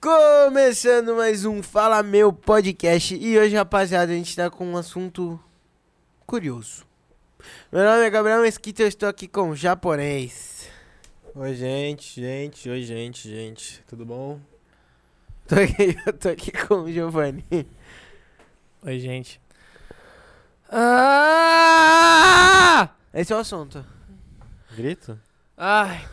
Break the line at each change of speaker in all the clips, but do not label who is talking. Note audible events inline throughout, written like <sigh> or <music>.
Começando mais um Fala Meu Podcast. E hoje, rapaziada, a gente tá com um assunto curioso. Meu nome é Gabriel Mesquita e eu estou aqui com o japonês.
Oi, gente, gente, oi, gente, gente, tudo bom?
<laughs> Tô aqui, eu tô aqui com o Giovanni.
Oi, gente. Ah!
Esse é o assunto.
Grito?
Ai,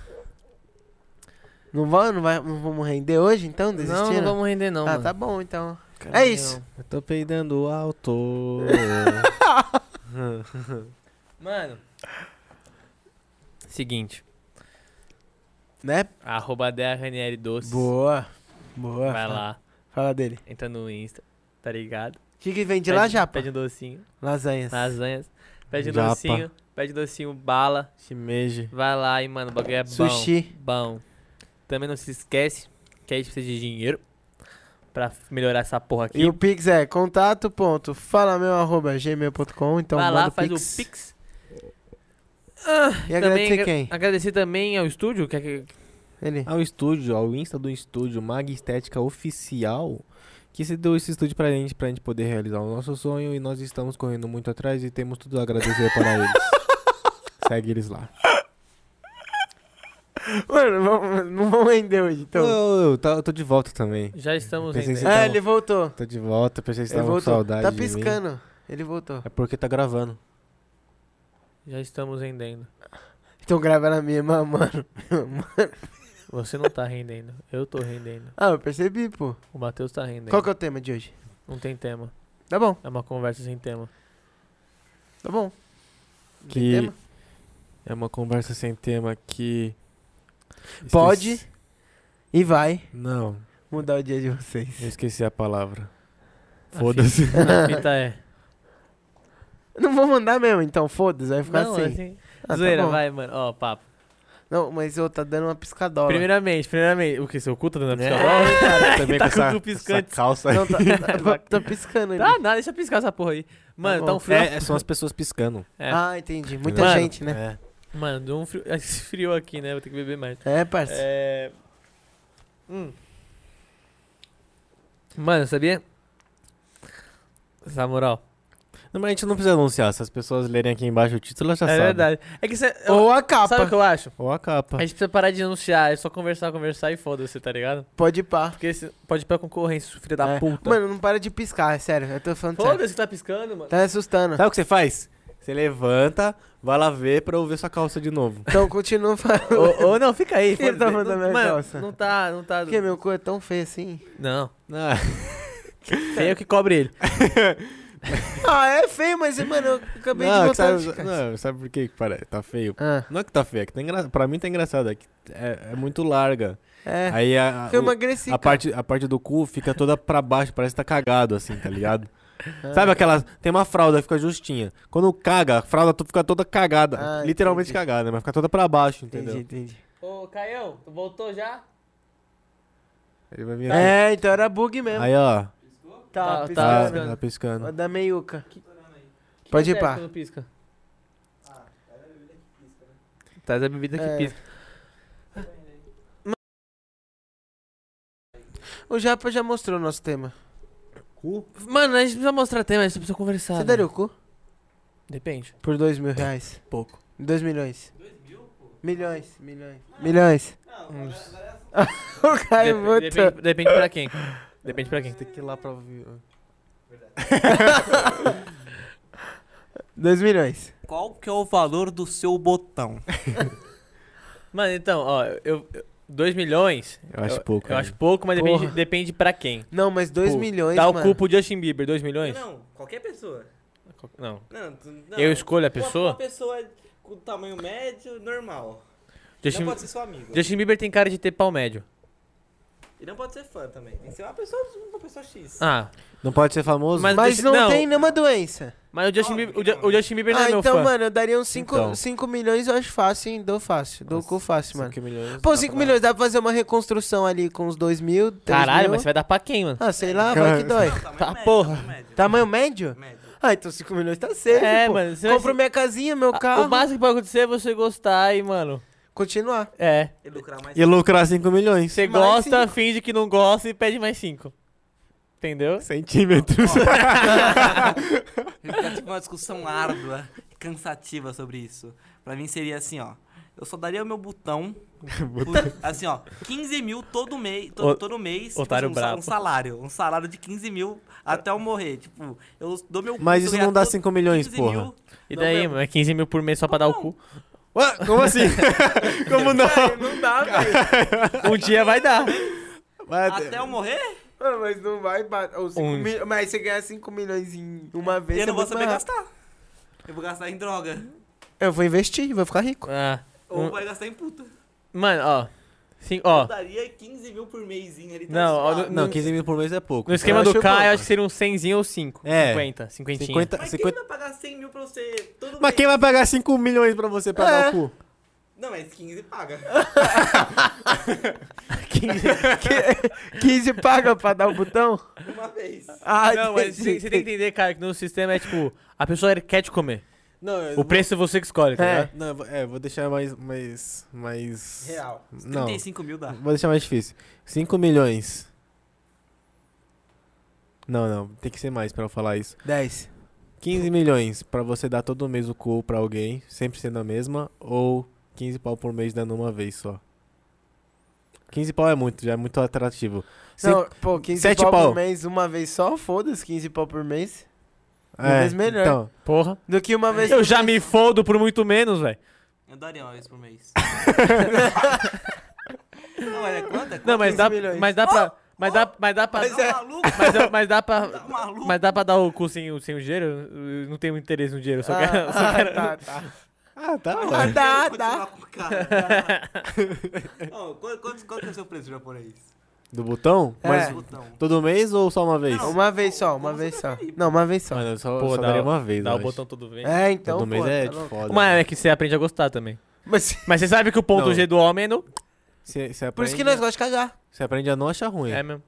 Não, vai, não, vai, não vamos render hoje, então?
não,
Desistindo?
não vamos render não,
Ah,
mano.
tá bom, então.
Cara,
é isso.
Eu tô peidando
<laughs>
alto.
não. Mano. Seguinte,
Né?
arroba DRNL Doces.
Boa. Boa.
Vai
Fala-
lá,
Fala dele.
entra no Insta, tá ligado?
O que, que vem de lá,
Pede-
Japa?
Pede um docinho,
Lasanhas.
lasanhas. Pede um
Japa.
docinho, pede um docinho, bala.
Shimeji.
Vai lá e, mano, o bagulho é
Sushi.
bom. Bom. Também não se esquece que a gente precisa de dinheiro pra melhorar essa porra aqui.
E o Pix é contato ponto contato.falameu.gmail.com Então
Vai
manda
lá,
o
faz
Pix.
o Pix.
E
Também
agradecer
agra-
quem?
Agradecer também ao estúdio, que é que
Ele.
Ao estúdio, ao Insta do estúdio Mag Estética Oficial, que se deu esse estúdio pra gente, pra gente poder realizar o nosso sonho e nós estamos correndo muito atrás e temos tudo a agradecer para
<laughs>
eles. Segue eles lá.
Ah.
Mano, vamos- não vamos render hoje, então.
Eu, eu, tá- eu tô de volta também.
já estamos
Pensei que
em...
você
Ah,
tá-
ele voltou.
Tô de volta, pensei que você
Ele
tava com
voltou.
saudade.
Tá
de mim.
piscando. Ele voltou.
É porque tá gravando.
Já estamos rendendo.
Então grava na minha, mano. <laughs> mano.
Você não tá rendendo. Eu tô rendendo.
Ah, eu percebi, pô.
O Matheus tá rendendo.
Qual que é o tema de hoje?
Não tem tema.
Tá bom,
É uma conversa sem tema.
tá bom. Tem
Que-
tema?
É uma conversa sem tema que.
Pode.
Esqueci-
E vai
Não,
mudar o dia de vocês. <laughs>
eu esqueci a palavra.
A
Foda-se.
A fita é.
Não vou mandar mesmo, então foda-se, <laughs> vai ficar
Não,
assim.
assim.
Ah, tá
Zoeira,
bom.
vai, mano. Ó, papo.
Não, mas eu tá dando uma piscadola.
Primeiramente, primeiramente. O que? Seu cu tá dando a
É,
piscadinha?
cara, também
Tá
com
com o
essa,
cu piscante.
essa calça aí.
<laughs> Não, tá, tá- tá piscando ele.
Tá, nada, deixa eu piscar essa porra aí. Mano,
bom.
tá um frio.
É, é, são as pessoas piscando.
é.
Ah, entendi. Muita
Mano.
gente, né?
É.
Mano, deu um frio. <laughs> Esfriou aqui, né? Vou ter que beber mais.
É, parça.
É. Hum. Mano, sabia? Essa moral.
Não, mas a gente não precisa anunciar. Se as pessoas lerem aqui embaixo o título, elas
Tá
já
é
sabem.
verdade. É que cê, eu-
Ou a capa.
Sabe o que eu acho?
Ou a capa.
A gente precisa parar de anunciar, é só conversar, conversar e foda-se, tá ligado?
Pode pá.
Porque esse- pode ir pra concorrência, filho da
É.
puta.
Mano, não para de piscar, é sério. Eu tô falando sério.
foda-se, tá piscando, mano.
Tá me assustando.
Sabe o que você faz? Você levanta, vai lá ver pra eu ver sua calça de novo.
Então continua falando. <laughs>
Ou, ou não, fica aí.
Ele tá
foda-se.
mandando
Não-
minha
mano,
calça.
Não tá, não tá.
Porque meu cu é tão feio assim.
Não.
Ah,
Tem eu que cobre ele.
Ah, é feio, mas, mano, eu acabei de
não,
botar.
sabe,
de casa.
não, sabe por que que parece? Tá feio.
Ah,
Não é que tá feio, é que tá engra... pra mim tá engraçado. É, que é, é muito larga.
é.
Aí a, a-
eu
o-
emagreci.
a
cara.
parte, a parte do cu fica toda pra baixo, parece que tá cagado, assim, tá ligado?
Ah.
Sabe aquela. Tem uma fralda, fica justinha. Quando caga, a fralda tu fica toda cagada.
Ah,
literalmente
entendi.
cagada, né? mas fica toda pra baixo, entendeu?
Entendi, entendi.
Ô, Caião, tu voltou já?
Ele vai vir aqui.
É, então era bug mesmo.
Aí, ó.
tá,
Tá,
Tá,
piscando.
tá piscando.
Ó, Da meiuca. Pode ir pá.
Quando pisca? Ah, traz a bebida que
É.
pisca.
O Japa já mostrou o nosso tema.
Cu?
Mano, a gente precisa mostrar tema, a gente precisa conversar.
Você
né?
daria o cu?
Depende.
Por dois mil reais.
Pouco.
Dois milhões. Milhões, milhões. Milhões. <laughs> O Caio
Dep-
votou.
depende, depende pra quem. Depende pra quem.
Tem que ir lá pra. ver.
<laughs>
Dois milhões.
Qual que é o valor do seu botão?
Mano, então, ó, eu. 2 milhões?
Eu acho pouco.
Eu
né?
acho pouco, mas depende,
É. Porra.
depende pra quem.
Não, mas dois
Pô,
milhões,
Dá o
mano.
cu pro Justin Bieber, 2 milhões?
Não, qualquer pessoa.
Não.
Não, tu- não.
Eu escolho a
Uma- Uma
pessoa?
pessoa com tamanho médio, normal.
Justin,
Não pode ser seu amigo.
Justin Bieber tem cara de ter pau médio.
E não pode ser fã também. Tem que ser uma pessoa, uma pessoa X.
Ah,
Não pode ser famoso?
Mas-
Mas
deixa-
não,
não.
tem nenhuma doença.
mas o Justin
Ah,
Bieber, o,
então.
Ju- o Justin Bieber não
Ah,
é meu
então,
fã.
mano, eu daria uns 5
Então.
milhões, eu acho fácil, hein? Dou fácil. Dou o
Nossa,
cu fácil,
Cinco
mano.
é
milhões.
Pô,
dá
5
pra-
milhões, dá pra fazer uma reconstrução ali com uns 2 mil, 3
Caralho,
mil.
mas você vai dar pra quem, mano?
Ah, sei lá, vai
<laughs>
que dói.
Não, tamanho
Tá,
médio,
porra.
tamanho médio.
Tamanho médio?
Médio.
Ah, então 5 milhões tá certo,
É,
pô.
mano, você vai
Compro
se-
minha casinha, meu
Ah,
carro.
O máximo que pode acontecer é você gostar e, mano.
continuar.
É.
E lucrar mais.
E lucrar 5 milhões.
Você
Mais
gosta,
cinco.
finge que não gosta e pede mais cinco.
<laughs>
Entendeu?
Centímetros.
Eu já tive uma discussão árdua, cansativa sobre isso. Pra mim seria assim, ó. Eu só daria o
<laughs>
meu botão. por- assim, ó, 15 mil todo mês, to-
O-
todo mês,
otário
assim, um, sa- um
brabo.
salário. Um salário de 15 mil até eu morrer. Tipo, eu dou meu
Mas
eu
isso
ganhar
não dá
todo-
5 milhões,
15
porra.
mil,
E
dou
daí,
meu-
mano, é 15 mil por mês só pra dar o cu.
Ué, como assim? como não?
Cara, não dá, velho.
Um dia vai
<laughs>
dar.
Vai-
Até eu morrer,
Ah, Mas não vai. ba- ou cinco
Um-
mil- Mas você ganhar 5 milhões em uma vez.
eu
é
não vou
muito
saber
mais rápido.
gastar. Eu vou gastar em droga.
Eu vou investir, vou ficar rico.
Ah,
Ou
Um-
vai gastar em puta.
mano, ó. Cin-
Eu
ó.
daria 15 mil por mêsinho ali. tá
Não, ó,
suave.
Não, 15 mil por mês é pouco.
No esquema
Eu
do
acho
K,
bom,
eu
mano.
acho que seria um 100 ou 5.
É.
50, 50.
50,
Mas
50...
quem vai pagar 100 mil pra você todo
Mas
mês?
quem vai pagar 5 milhões pra você pra dar o cu?
Não, mas
<laughs>
15 paga.
<laughs> 15 paga pra dar o botão?
Uma vez.
Ah,
Não, mas você você tem que entender, cara, que no sistema é tipo, a pessoa quer te comer.
Não, eu
O preço é você que escolhe, tá
É,
ligado?
não, eu vou- é, vou deixar mais. mais, mais...
Real. Os
Não.
35 mil dá.
Vou deixar mais difícil. 5 milhões. Não, não, tem que ser mais pra eu falar isso.
10.
15 milhões pra você dar todo mês o cu pra alguém, sempre sendo a mesma, ou 15 pau por mês dando uma vez só. 15 pau é muito, já é muito atrativo. Cin-
Não, pô, 15
sete
pau,
pau.
por mês, uma vez só, foda-se, 15 pau por mês.
é,
vez Um melhor.
Então,
Porra.
Do que uma <laughs> vez.
Eu já me foldo por muito menos, velho.
Eu daria uma vez por mês. não, olha, quanto? é
Não,
quanto?
mas dá,
15 milhões.
mas dá pra. Mas dá, mas dá pra.
Mas
Mas,
tá maluco?
dá- mas dá pra.
Tá maluco?
Mas dá pra dar o cu sem, o- sem o dinheiro? Eu não tenho muito interesse no dinheiro, eu só
Ah,
quero.
<laughs>
eu só
ah,
quero-
tá, <laughs> tá.
ah, tá,
Mas
ué.
eu
dá,
quero continuar
dá.
com o cara. Não, quanto, quanto, quanto é o seu preço japonês?
Do botão? Mas
É.
Botão.
todo mês ou só uma vez?
Não,
Uma vez só, uma
como
vez
você
só.
preferir?
Não, uma vez só.
Mano, eu só,
Pô,
só
dá
daria
o-
uma vez.
Dá
eu
o
acho.
botão todo bem.
É, então.
Todo mês
pô,
é
tá louco.
foda.
Mas é que você aprende a gostar também.
Mas
Mas você sabe que o ponto
Não.
G do homem é no.
Você, você aprende,
por isso que nós gostamos de cagar.
Você aprende a não achar ruim.
É
É,
mesmo.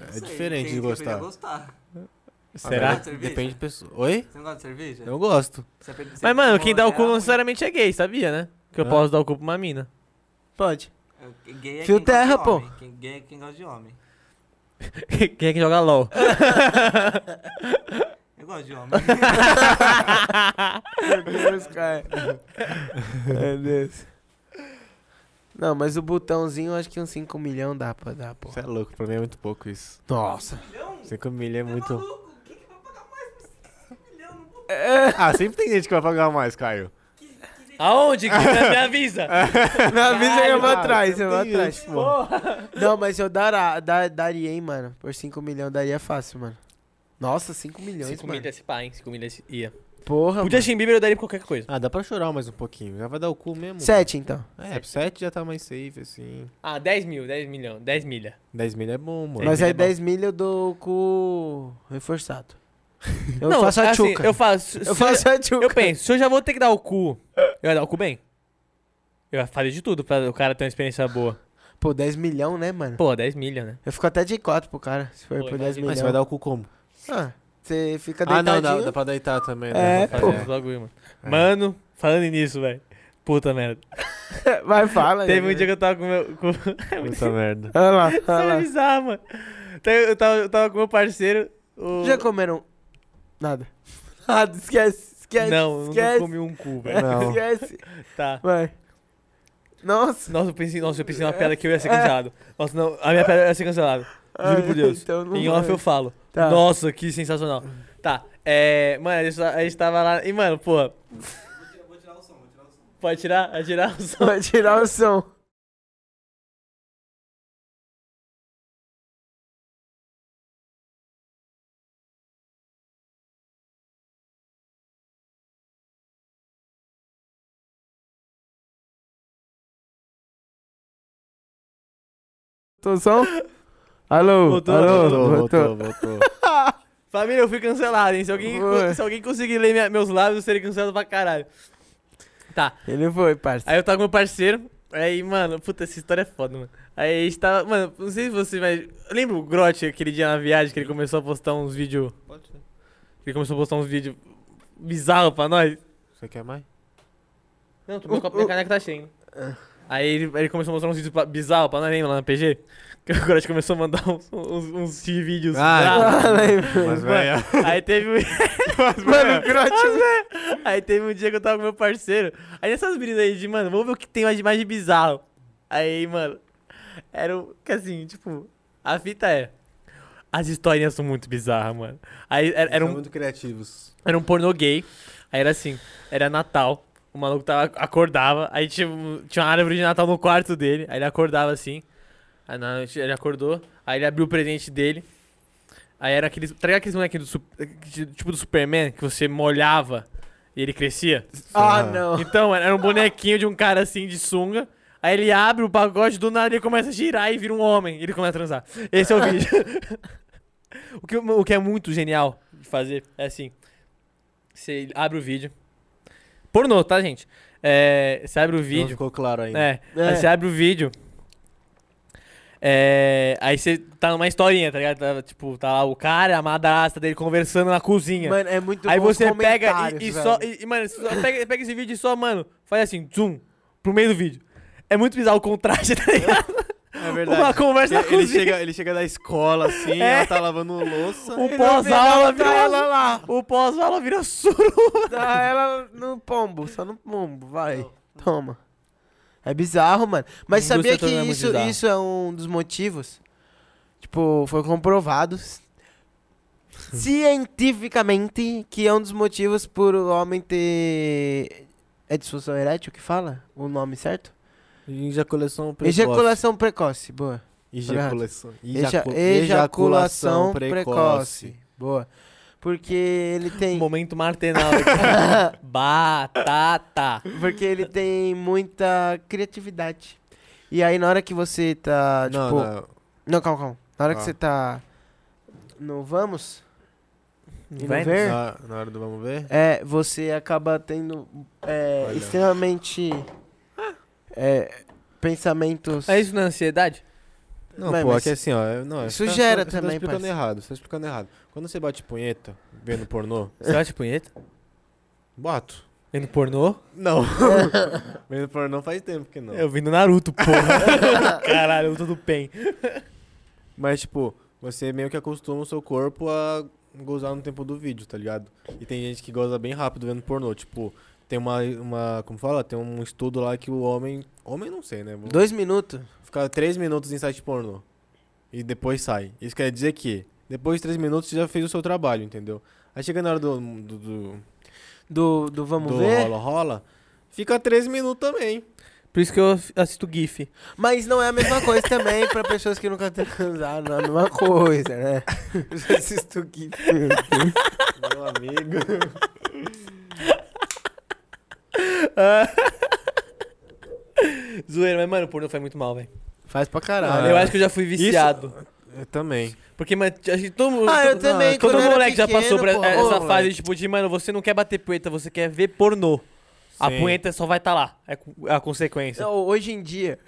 Não sei,
diferente
tem
de
que aprender a
gostar.
gostar.
Será?
Não, cerveja?
Depende de pessoa. Oi?
Você não gosta de cerveja?
Eu gosto.
Você aprende- você
Mas, mano, quem dá o cu não
olhar,
necessariamente é gay, sabia, né? Que eu
Hã?
posso dar o cu pra uma mina. <laughs>
Pode.
Gay é
Fio
quem gosta de
terra, pô.
homem. Quem- Gay é quem gosta de homem.
Quem é que joga LOL?
Eu gosto de homem.
Meu Deus, cara. Meu Deus. Não, mas o botãozinho eu acho que uns 5 milhões dá pra dar, pô.
Você é louco, pra mim é muito pouco isso.
<laughs> Nossa.
Milhão?
5 milha é
Tá
muito.
maluco? Quem que vai pagar mais por tá 5 milhões? Não vou-
Ah, sempre tem gente que vai pagar mais, Caio.
que- que-
Aonde? Me avisa!
Na vida eu vou
Caralho,
atrás, eu vou
Ah, tem
atrás.
gente, pô.
Não, mas eu dará, dar, daria, hein, mano. Por 5 milhões daria fácil, mano. Nossa, 5 milhões,
5
mano.
milhas esse pá, hein? 5 milhas ia.
Porra,
O Justin Bieber eu daria por qualquer coisa.
Ah, dá pra chorar mais um pouquinho. Já vai dar o cu mesmo.
um
mano. 7, então.
É, 7 já tá mais safe, assim.
Ah, 10 mil, 10 milhão, 10 milha.
10 milha é bom, mano.
Mas
milha
aí
é bom.
10 milha eu dou com reforçado. Eu
não,
faço a
assim,
tchuca.
Eu faço.
Eu faço a tchuca.
Eu penso, se eu já vou ter que dar o cu, eu ia dar o cu bem. Eu ia fazer de tudo pra o cara ter uma experiência boa.
Pô, 10 milhão, né, mano?
Pô, 10 milha, né?
Eu fico até de 4 pro cara, se for
Pô,
por 10
imagina.
milhões.
Mas você vai dar o cu como?
Ah, você fica
Ah,
deitadinho.
não, dá, dá pra deitar também.
É,
Né? Pra
pô. É.
Fazer
fazer.
uns bagulho, mano. Mano, falando nisso, velho. Puta merda.
<laughs> Vai, fala.
Teve
né?
um dia que eu tava com meu. <laughs> Com...
Puta É, merda.
Olha lá,
Isso é
olha
bizarro, mano. Então, Eu tava, eu tava com meu parceiro. O...
lá. Já comeram nada? Nada, esquece, esquece.
não, eu
esquece,
não comi um cu, <laughs> velho.
Não.
Esquece,
Tá.
vai. Nossa.
Nossa, eu pensei, nossa, eu pensei numa piada que eu ia
É.
ser cancelado. Nossa, não, a minha piada ia ser cancelada. Juro por Deus.
Então não
Em
vai.
off eu falo.
Tá.
Nossa, que sensacional. Tá, é. Mano, a gente, tá- a gente tava lá. E, mano, pô,
Vou tirar o som, vou tirar o som.
pode tirar? Vai tirar o som.
Vai tirar o som. Voltou o som? Alô?
Voltou,
alô,
Voltou, voltou, voltou.
Família, eu fui cancelado, hein? Se alguém,
Ué.
se alguém conseguir ler minha- meus lábios, eu seria cancelado pra caralho. Tá,
Ele foi, parça.
aí eu tava com meu parceiro. Aí, mano, puta, essa história é foda, mano. Aí a gente tava. Mano, não sei se você vai. Lembra o Grote aquele dia na viagem que ele começou a postar uns vídeos.
Pode ser.
Ele começou a postar uns vídeos bizarros pra nós?
Você quer mais?
Não, tu meu um copo minha caneca tá cheia. hein? Aí ele, ele começou a mostrar uns vídeos pra- bizarros pra nós, lembra é lá na PG? <laughs> Que o Grote começou a mandar uns, uns, uns vídeos
Ah,
bravos.
Mas, velho.
Aí teve um... <laughs>
Mano, o Grote.
Aí teve um dia que eu tava com meu parceiro. Aí nessas brisas aí de, mano, vamos ver o que tem mais de, mais de bizarro. Aí, mano, era um. Que assim, tipo, a fita é. As historinhas são muito bizarras, mano. Aí era, era
São
um,
muito criativos.
era um pornô gay. Aí era assim, era Natal. O maluco tava, acordava, aí tinha, um- tinha uma árvore de Natal no quarto dele. Aí ele acordava assim. Aí na noite ele acordou, aí ele abriu o presente dele. Aí era aqueles. Tá ligado aqueles molequinhos do, Sup- tipo do Superman que você molhava e ele crescia?
Ah, não.
Então, era um bonequinho de um cara assim de sunga. Aí ele abre o pagode do nada, ele começa a girar e vira um homem. E ele começa a transar. Esse é o vídeo. <laughs> o, que, o que é muito genial de fazer é assim: você abre o vídeo. Pornô, tá, gente? É, você abre o
Não
vídeo.
ficou claro ainda.
É,
É.
Aí você abre o vídeo. É, aí você tá numa historinha, tá ligado? Tá, tipo, tá lá o cara, a madrasta dele conversando na cozinha.
Mano, é muito
Aí
bom os
você pega
comentários,
e, e
velho.
só. E, e, mano, você só pega, pega esse vídeo e só, mano, faz assim, zoom, pro meio do vídeo. É muito bizarro o contraste, <laughs> tá ligado?
É
Uma conversa na
Ele, ele
cozinha.
chega, ele chega da escola, assim,
É.
ela tá lavando louça.
O pós-aula
Tá ela
vira.
lá.
O pós-aula vira <laughs> suru.
Tá ela no pombo, só no pombo, vai. Toma. É bizarro, mano. Mas
A
sabia
indústria
que
também é muito
isso,
bizarra.
isso é um dos motivos? Tipo, foi comprovado s- cientificamente que é um dos motivos por o homem ter. É disfunção erétil que fala? O nome certo?
Ejaculação precoce.
Ejaculação precoce, boa.
Ejaculação.
Eja-
Ejacu-
ejaculação precoce. Boa. Porque ele tem. <coughs>
Um Momento martenal. <laughs> aqui. Batata.
Porque ele tem muita criatividade. E aí, na hora que você tá,
Não,
tipo... Não,
não.
calma, calma. Na hora que
Ah.
você tá no vamos, e no
Vai- né?
ver,
Na, na hora do vamos ver?
é, você acaba tendo é,
Olha.
extremamente é, pensamentos...
É isso na ansiedade?
Não,
Mas-
pô,
mas-
aqui é assim, ó. é- Não, é-
Isso
você tá-
gera
você tá
também,
explicando
parça.
errado, você tá explicando errado. Quando você bate punheta vendo pornô,
Você bate punheta?
bato.
Vendo pornô?
Não. vendo pornô faz tempo que não.
Eu vim do Naruto, <laughs> porra. Caralho, luta do PEN.
Mas, tipo, você meio que acostuma o seu corpo a gozar no tempo do vídeo, tá ligado? E tem gente que goza bem rápido vendo pornô. Tipo, tem uma. uma como fala? Tem um estudo lá que o homem. Homem não sei, né? Vou-
Dois minutos.
Fica três minutos em site pornô. E depois sai. Isso quer dizer que depois de três minutos você já fez o seu trabalho, entendeu? Aí chega na hora do. do, do,
Do, do vamos
do
ver.
rola rola, fica três minutos também.
Por isso que eu assisto GIF.
Mas não é a mesma coisa também pra pessoas que nunca transaram. Não é a mesma coisa, né?
<laughs>
Eu já assisto o GIF.
Meu amigo.
Zoeira, mas, mano, o pornô faz muito mal, velho.
Faz pra
Ah,
caralho.
eu acho que eu já fui viciado.
Eu também.
Porque, mano, acho que todo mundo.
Ah, eu
todo-
também,
Todo
quando eu era
moleque já
pequeno,
passou por
porra. Ô,
essa
moleque.
fase, tipo, de, mano, você não quer bater punheta, você quer ver pornô. A
Sim.
punheta só vai estar tá lá. É co- a consequência.
Não, hoje em dia.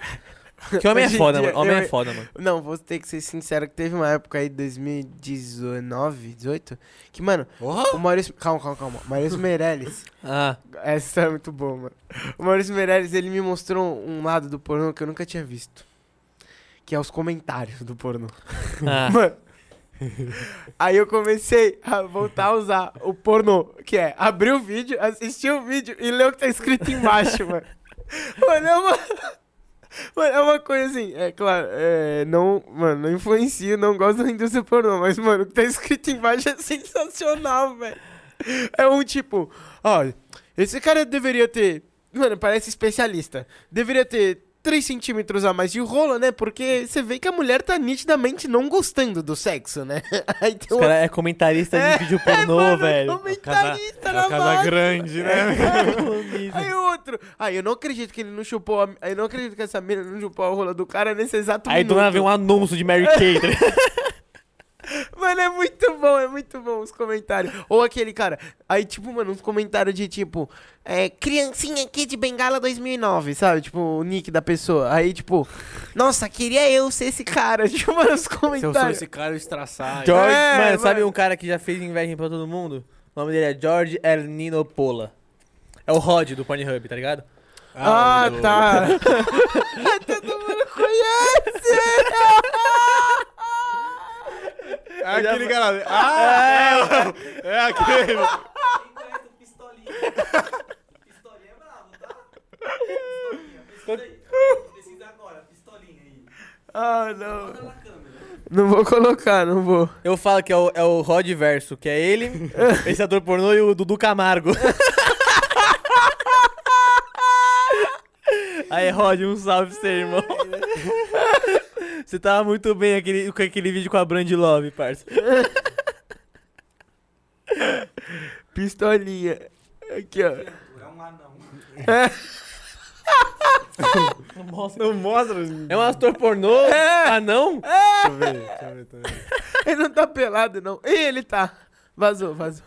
Porque homem é
Hoje em
foda,
dia,
mano. Homem
eu-
é foda, mano.
Não, vou ter que ser sincero que teve uma época aí, 2019, 18, que, mano, o Maurício. Calma, calma, calma. Maurício Meirelles. <laughs>
Ah,
Essa história é muito boa, mano. O Maurício Meirelles, ele me mostrou um lado do pornô que eu nunca tinha visto. Que é os comentários do pornô.
ah.
Mano. Aí eu comecei a voltar a usar o pornô, que é abrir o vídeo, assistir o vídeo e ler o que tá escrito embaixo, mano. Mano, é uma. Mano, é uma coisa assim, é claro, é, não, mano, não influencio, não gosto da indústria pornô, mas, mano, o que tá escrito embaixo é sensacional, velho. É um tipo, olha, esse cara deveria ter, mano, parece especialista, deveria ter 3 centímetros a mais de rola, né, porque você vê que a mulher tá nitidamente não gostando do sexo, né. <laughs> Aí tem
Os cara é comentarista de vídeo pornô,
é, mano,
velho. É
Comentarista na É,
casa
base.
É grande, né?
Aí o outro. Aí eu não acredito que ele não chupou. A... Eu não acredito que essa mina não chupou a rola do cara nesse exato
Aí do
minuto.
nada vem um anúncio de Mary Kay. tá ligado?
Mano, é muito bom, é muito bom os comentários. Ou aquele cara. Aí, tipo, mano, uns comentários de tipo. É, criancinha aqui de Bengala 2009, sabe? Tipo, o nick da pessoa. Aí, tipo. Nossa, queria eu ser esse cara. <laughs> Tipo, mano, os
Se eu sou
comentários.
esse cara, eu estraçar.
<laughs>
George,
É,
mano,
mano.
sabe um cara que já fez inveja pra todo mundo? O nome dele é George El Nino Pola. É o Rod do Pornhub, tá ligado?
Ah,
o-
tá.
<laughs>
<laughs> Todo mundo conhece!
É aquele cara. Ah! É, é aquele.
Quem conhece o Pistolinha? Pistolinha é bravo, tá? Pistolinha. Pesquisa aí. Pesquisa agora. Pistolinha aí.
ah,
Bota
não.
na câmera.
Não vou colocar, não vou.
Eu falo que é o, é o Rod Verso, que é ele, esse ator pornô e o Dudu Camargo. Aí, Rod, um salve pra você, irmão. <laughs> Você tava muito bem aquele, com aquele vídeo com a Brand Love, parça.
Pistolinha. Aqui, ó.
É um anão.
Não mostra.
É um ator pornô? Ah, não?
Deixa eu ver, deixa eu ver também.
Ele não tá pelado, não. Ih, ele tá. Vazou, vazou.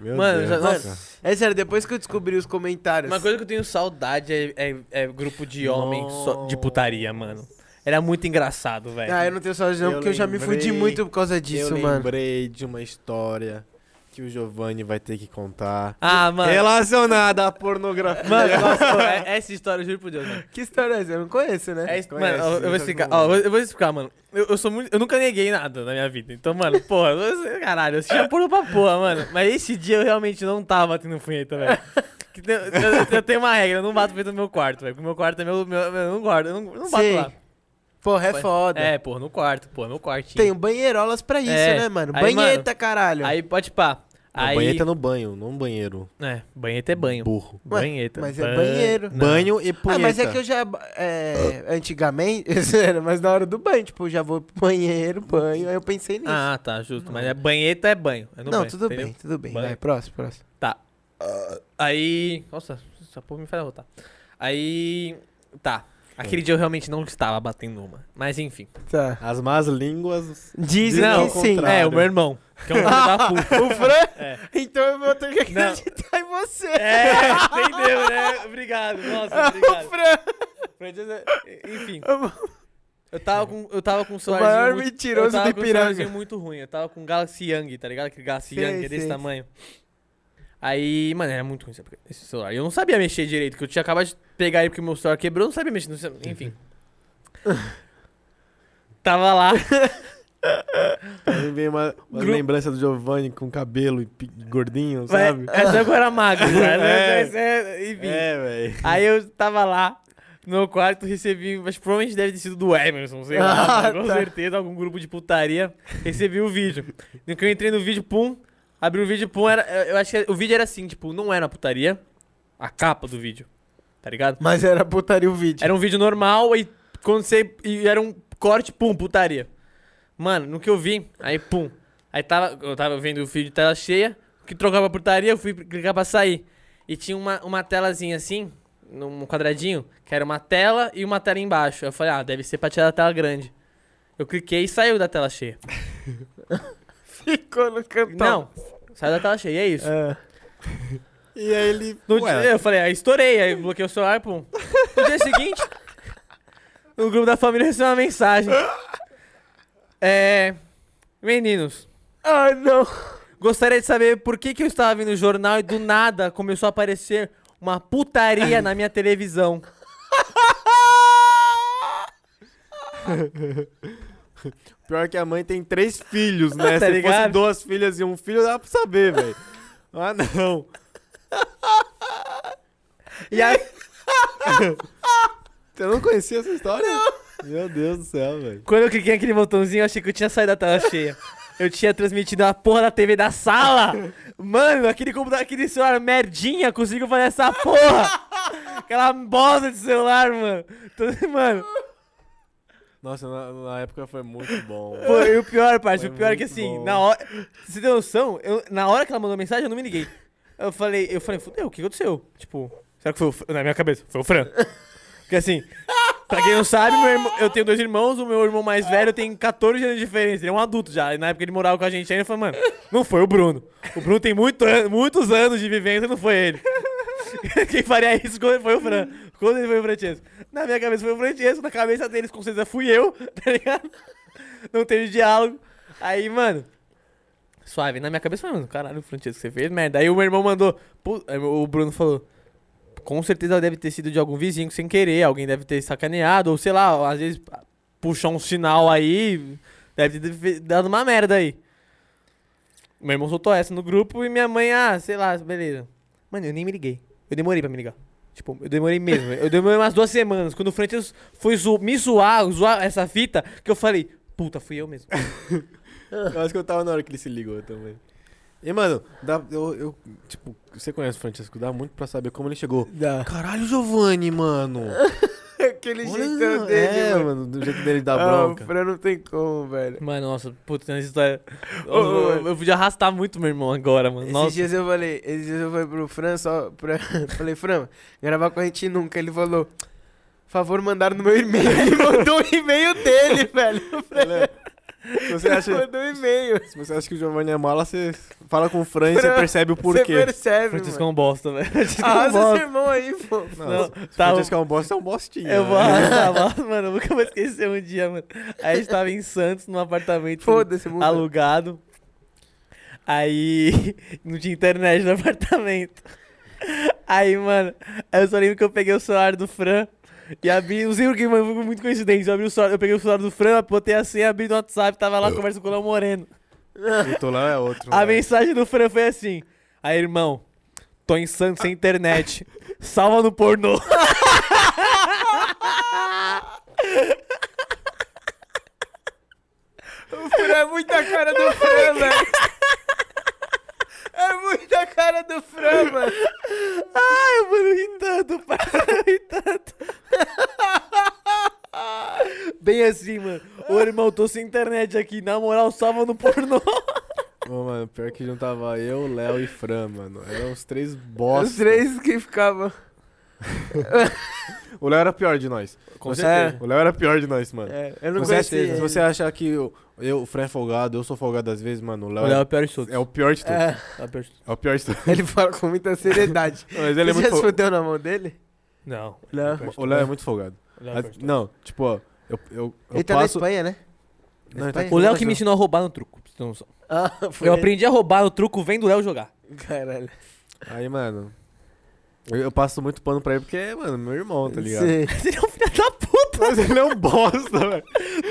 Meu
Mano,
Deus.
já-
cara.
nossa.
É sério, depois que eu descobri os comentários.
Uma coisa que eu tenho saudade é, é- é grupo de homem só- de putaria, mano. Era muito engraçado, velho.
Ah, eu não tenho saudade não,
Eu
porque eu já me fudi
lembrei-
muito por causa
eu
disso, mano.
lembrei de uma história que o Giovanni vai ter que contar.
Ah, mano.
Relacionada à pornografia.
<laughs>
Mano, nossa, é- essa história, eu juro por Deus, mano.
Que história é essa? Eu não conheço, né?
É isso,
Conhece,
mano, eu- eu, vou
nunca
explicar.
viu.
Ó, eu vou- eu vou explicar, mano. Eu, eu sou muito. Eu nunca neguei nada na minha vida. Então, mano, porra, eu- caralho, eu assistia porra pra porra, mano. Mas esse dia eu realmente não tava tendo punheta, velho. Que tem- Eu, eu- eu tenho uma regra, eu não bato punheta no meu quarto, velho. Porque meu quarto é meu. meu- eu não guardo, eu não, eu não bato
Sei,
lá.
Porra, é
Foi-
foda.
É, porra, no quarto, porra, no quartinho.
Tem um banheirolas pra isso,
É.
né, mano?
Aí,
Banheta, caralho.
Aí pode pá. <laughs> Aí.
Banheta no banho, não banheiro.
É, banheta é banho.
Burro.
Ué,
banheta.
mas é
Ban-
banheiro.
Não.
Banho e punheta.
Ah, mas é que eu já. é, antigamente, <laughs> sério, mas na hora do banho, tipo, eu já vou pro banheiro, banho, aí eu pensei nisso.
Ah, tá, justo. Mas é banheta é banho. é no
é não,
banho,
tudo
entendeu?
bem, tudo bem.
Banho.
Vai, próximo, próximo.
Tá. Aí. Nossa, essa porra me faz arrotar. Aí. Tá. Aquele dia eu realmente não estava batendo uma. Mas enfim.
Tá.
As más línguas.
Dizem
Não,
que
ao
sim.
contrário.
É, o meu irmão. Que é um filho da puta.
<laughs> O Fran?
É.
Então eu vou ter que
Não.
acreditar em você.
É, entendeu, né? Obrigado, nossa,
<laughs> O
obrigado.
Fran,
Francesa- Enfim,
o
eu tava com, eu tava com um
maior
celularzinho. muito,
mentiroso
eu tava
do
com um
Ipiranga.
celularzinho muito ruim. Eu tava com um Galaxy Young, tá ligado? Aquele Galaxy
Sei,
Young é desse
sei.
tamanho. Aí, mano, era muito ruim esse- esse celular. Eu não sabia mexer direito, que eu tinha acabado de pegar ele porque meu celular quebrou, eu não sabia mexer. Não
<laughs>
sabia, enfim. Tava lá.
Aí vem uma, uma
Gru-
lembrança do Giovanni com cabelo e pi- gordinho, sabe?
Sabe? Essa eu
<laughs>
era magro, cara.
É.
Essa- essa- enfim.
É, velho.
<laughs> Aí eu tava lá no meu quarto, recebi, mas provavelmente deve ter sido do Emerson, sei
<laughs>
lá,
Ah,
com
tá.
certeza, algum grupo de putaria. Recebi o vídeo. No que eu entrei no vídeo, pum, abri o vídeo, pum, era, eu acho que o vídeo era assim, tipo, não era putaria, a capa do vídeo, tá ligado?
Mas era putaria o vídeo.
Era um vídeo normal e quando você. E era um corte, pum, putaria. Mano, no que eu vi, aí pum. Aí tava. Eu tava vendo o vídeo de tela cheia, que trocava pra putaria, eu fui clicar pra sair. E tinha uma, uma telazinha assim, num quadradinho, que era uma tela e uma tela embaixo. Eu falei, ah, deve ser pra tirar da tela grande. Eu cliquei e saiu da tela cheia.
<laughs> Ficou no cantão.
É. Não, saiu da tela cheia, é isso.
É.
E aí ele.
No
Ué,
dia- eu falei, aí estourei, aí bloqueei o celular, pum. No dia seguinte, no grupo da família recebeu uma mensagem. É. Meninos,
Ah, não.
gostaria de saber por que, que eu estava vendo o jornal e do nada começou a aparecer uma putaria na minha televisão.
Pior que a mãe tem três filhos, né?
Tá
Se fosse
ligado?
duas filhas e um filho, dá pra saber, velho. Ah, não.
E aí,
Você não conhecia essa história? Meu Deus do céu, velho.
quando eu cliquei naquele botãozinho, eu achei que eu tinha saído da tela cheia. Eu tinha transmitido a porra da TV da sala. Mano, aquele computador, aquele celular merdinha conseguiu fazer essa porra. Aquela bosta de celular, mano. Então, mano,
Nossa, na, na época foi muito bom.
Foi o pior, parte.
Foi
O pior é que
muito
assim,
bom.
na hora. Você tem noção? Eu, na hora que ela mandou mensagem, eu não me liguei. Eu falei, eu falei, fudeu, o que aconteceu? Tipo, será que foi o Fran? Na minha cabeça, foi o Fran. Porque assim, pra quem não sabe, meu irmão- eu tenho dois irmãos, o meu irmão mais velho tem 14 anos de diferença, ele é um adulto já. E na época ele morava com a gente ainda, eu falei, mano, não foi o Bruno. O Bruno tem muito an- muitos anos de vivência, não foi ele. <laughs> Quem faria isso quando foi o Fran? Quando ele foi o Francesco? Na minha cabeça foi o Francesco, na cabeça deles com <laughs> certeza fui eu, tá ligado? Não teve diálogo. Aí, mano, Suave. Na minha cabeça, mano, caralho, Francesco, você fez merda. Aí o meu irmão mandou. pu- aí O Bruno falou. Com certeza deve ter sido de algum vizinho sem querer. Alguém deve ter sacaneado. Ou sei lá, às vezes puxou um sinal aí. Deve ter fe- dado uma merda aí. Meu irmão soltou essa no grupo e minha mãe, ah, sei lá, beleza. Mano, eu nem me liguei. Eu demorei pra me ligar. Tipo, eu demorei mesmo. eu demorei umas duas semanas. Quando o Francesco foi zo- me zoar, zoar essa fita, que eu falei, puta, fui eu mesmo.
Eu acho que eu tava na hora que ele se ligou também. E, mano, dá, eu, eu- Tipo, você conhece o Francisco, dá muito pra saber como ele chegou.
Dá.
Caralho, Giovanni, <laughs> mano!
<laughs> Aquele jeitão dele,
é,
mano.
mano, do jeito dele dar
Ah, o
bronca.
Fran não tem como, velho.
Mano, nossa, puta, tem essa história.
Ô, ô,
Eu, eu podia arrastar muito meu irmão agora, mano.
Esses
Nossa.
dias eu falei, esses dias eu falei pro Fran, só pra, <laughs> falei, Fran, gravar com a gente nunca. Ele falou, favor, mandar no meu e-mail. <laughs> Ele mandou o e-mail dele, velho. O Fran
Ela- Se você, acha,
mandou o e-mail.
se você acha que o Giovanni é mala, você fala com o Fran e você
Fran,
percebe o
Você
porquê.
percebe,
Francisco é
mano.
um bosta, velho. <laughs> Francisco é um
Arrasa
bosta.
esse irmão aí, pô.
Não,
Não,
se
tá,
o Francisco é um bosta, é um bostinho.
Eu vou
né?
arrastar, mas, mano, eu nunca vou esquecer um dia, mano. Aí a gente tava em Santos, num apartamento
Foda-se, muda.
Tá
alugado. Aí <laughs> não tinha internet no apartamento. Aí, mano, aí eu só lembro que eu peguei o celular do Fran e abri, não sei porquê, mano, foi muito coincidência. Eu, abri o celular, eu peguei o celular do Fran, botei a senha, abri no WhatsApp, tava lá conversando com o Léo Moreno.
<laughs> O Tolão é outro.
A
né?
mensagem do Fran foi assim: Aí, irmão, tô em Santos sem internet. Salva no <laughs> pornô.
O Fran é muita cara do Fran,
<laughs>
velho. É muita cara do Fran, mano.
Ai, mano, eu ri tanto, <laughs> pai. Eu ri tanto. Bem assim, mano. Ô, irmão, tô sem internet aqui. Na moral, salva no pornô.
Ô, mano, pior que juntava eu, Léo e Fran, mano. Eram os três
Os
bosta.
três que ficavam.
O Léo era pior de nós.
<laughs> Com
Você- é?
certeza.
O Léo era pior de nós, mano.
É, eu não
você acha-
conhecia.
se
ele.
você achar que eu, eu, o Fran é folgado, eu sou folgado às vezes, mano, o Léo,
Olha,
é-
o pior de todos.
é, o pior de tudo. É,
É,
É o pior de todos.
o pior de tudo.
ele fala com muita seriedade.
Não, Mas <laughs> ele
Você
é muito
já se
fol...
fudeu na mão dele?
Não.
Não.
O Léo é muito folgado.
Léo é o pior de
Mas-
todos.
não, tipo, ó, eu, eu, eu
Ele tá
passo...
na Espanha, né?
Não, ele tá
Espanha?
aqui.
O Léo que me ensinou a roubar no truco. pra vocês terem noção.
Ah, foi
Eu
ele.
aprendi a roubar no truco vendo o Léo jogar.
Caralho.
Aí, mano, eu, eu passo muito pano pra ele porque, é, mano, meu irmão, tá ligado?
Sim.
Ele é um filho da puta.
Mas ele é um bosta, velho.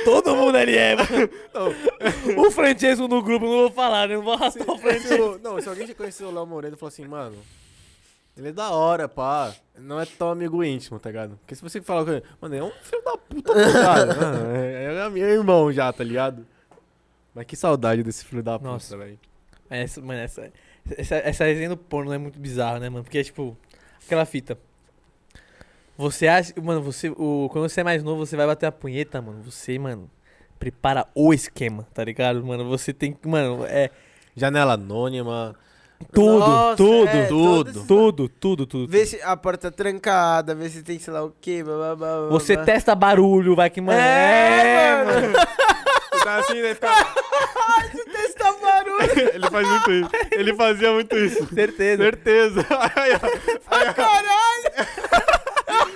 Todo mundo ali
<laughs>
é, mano. o Francesco no grupo, não vou falar, né? Não vou arrastar <laughs> o
Se
Francesco.
o- não, se alguém já conheceu o Léo Moreira e falou assim, mano, ele é da hora, pá. Não é tão amigo íntimo, tá ligado? Porque se você falar com ele, mano, ele é um filho da puta, tá ligado? Ah, é, é meu irmão já, tá ligado? Mas que saudade desse filho da
Nossa.
puta, velho.
Essa, mano, essa, essa, essa resenha do porno é muito bizarra, né, mano? Porque é tipo, aquela fita. Você acha. Mano, você. O, quando você é mais novo, você vai bater a punheta, mano. Você, mano, prepara o esquema, tá ligado? Mano, você tem que. Mano, é.
Janela anônima.
Tudo,
Nossa,
tudo,
é,
tudo.
tudo, tudo, tudo, tudo.
Vê se a porta tá trancada, vê se tem sei lá o quê. Blá, blá, blá, blá,
Você
blá.
testa barulho, vai que, mano.
É,
É,
mano.
mano.
Tá assim, né? Fica...
Testa barulho.
Ele faz muito isso. Ele fazia muito isso. <laughs>
Certeza.
Certeza. Aí, ó.
Caralho.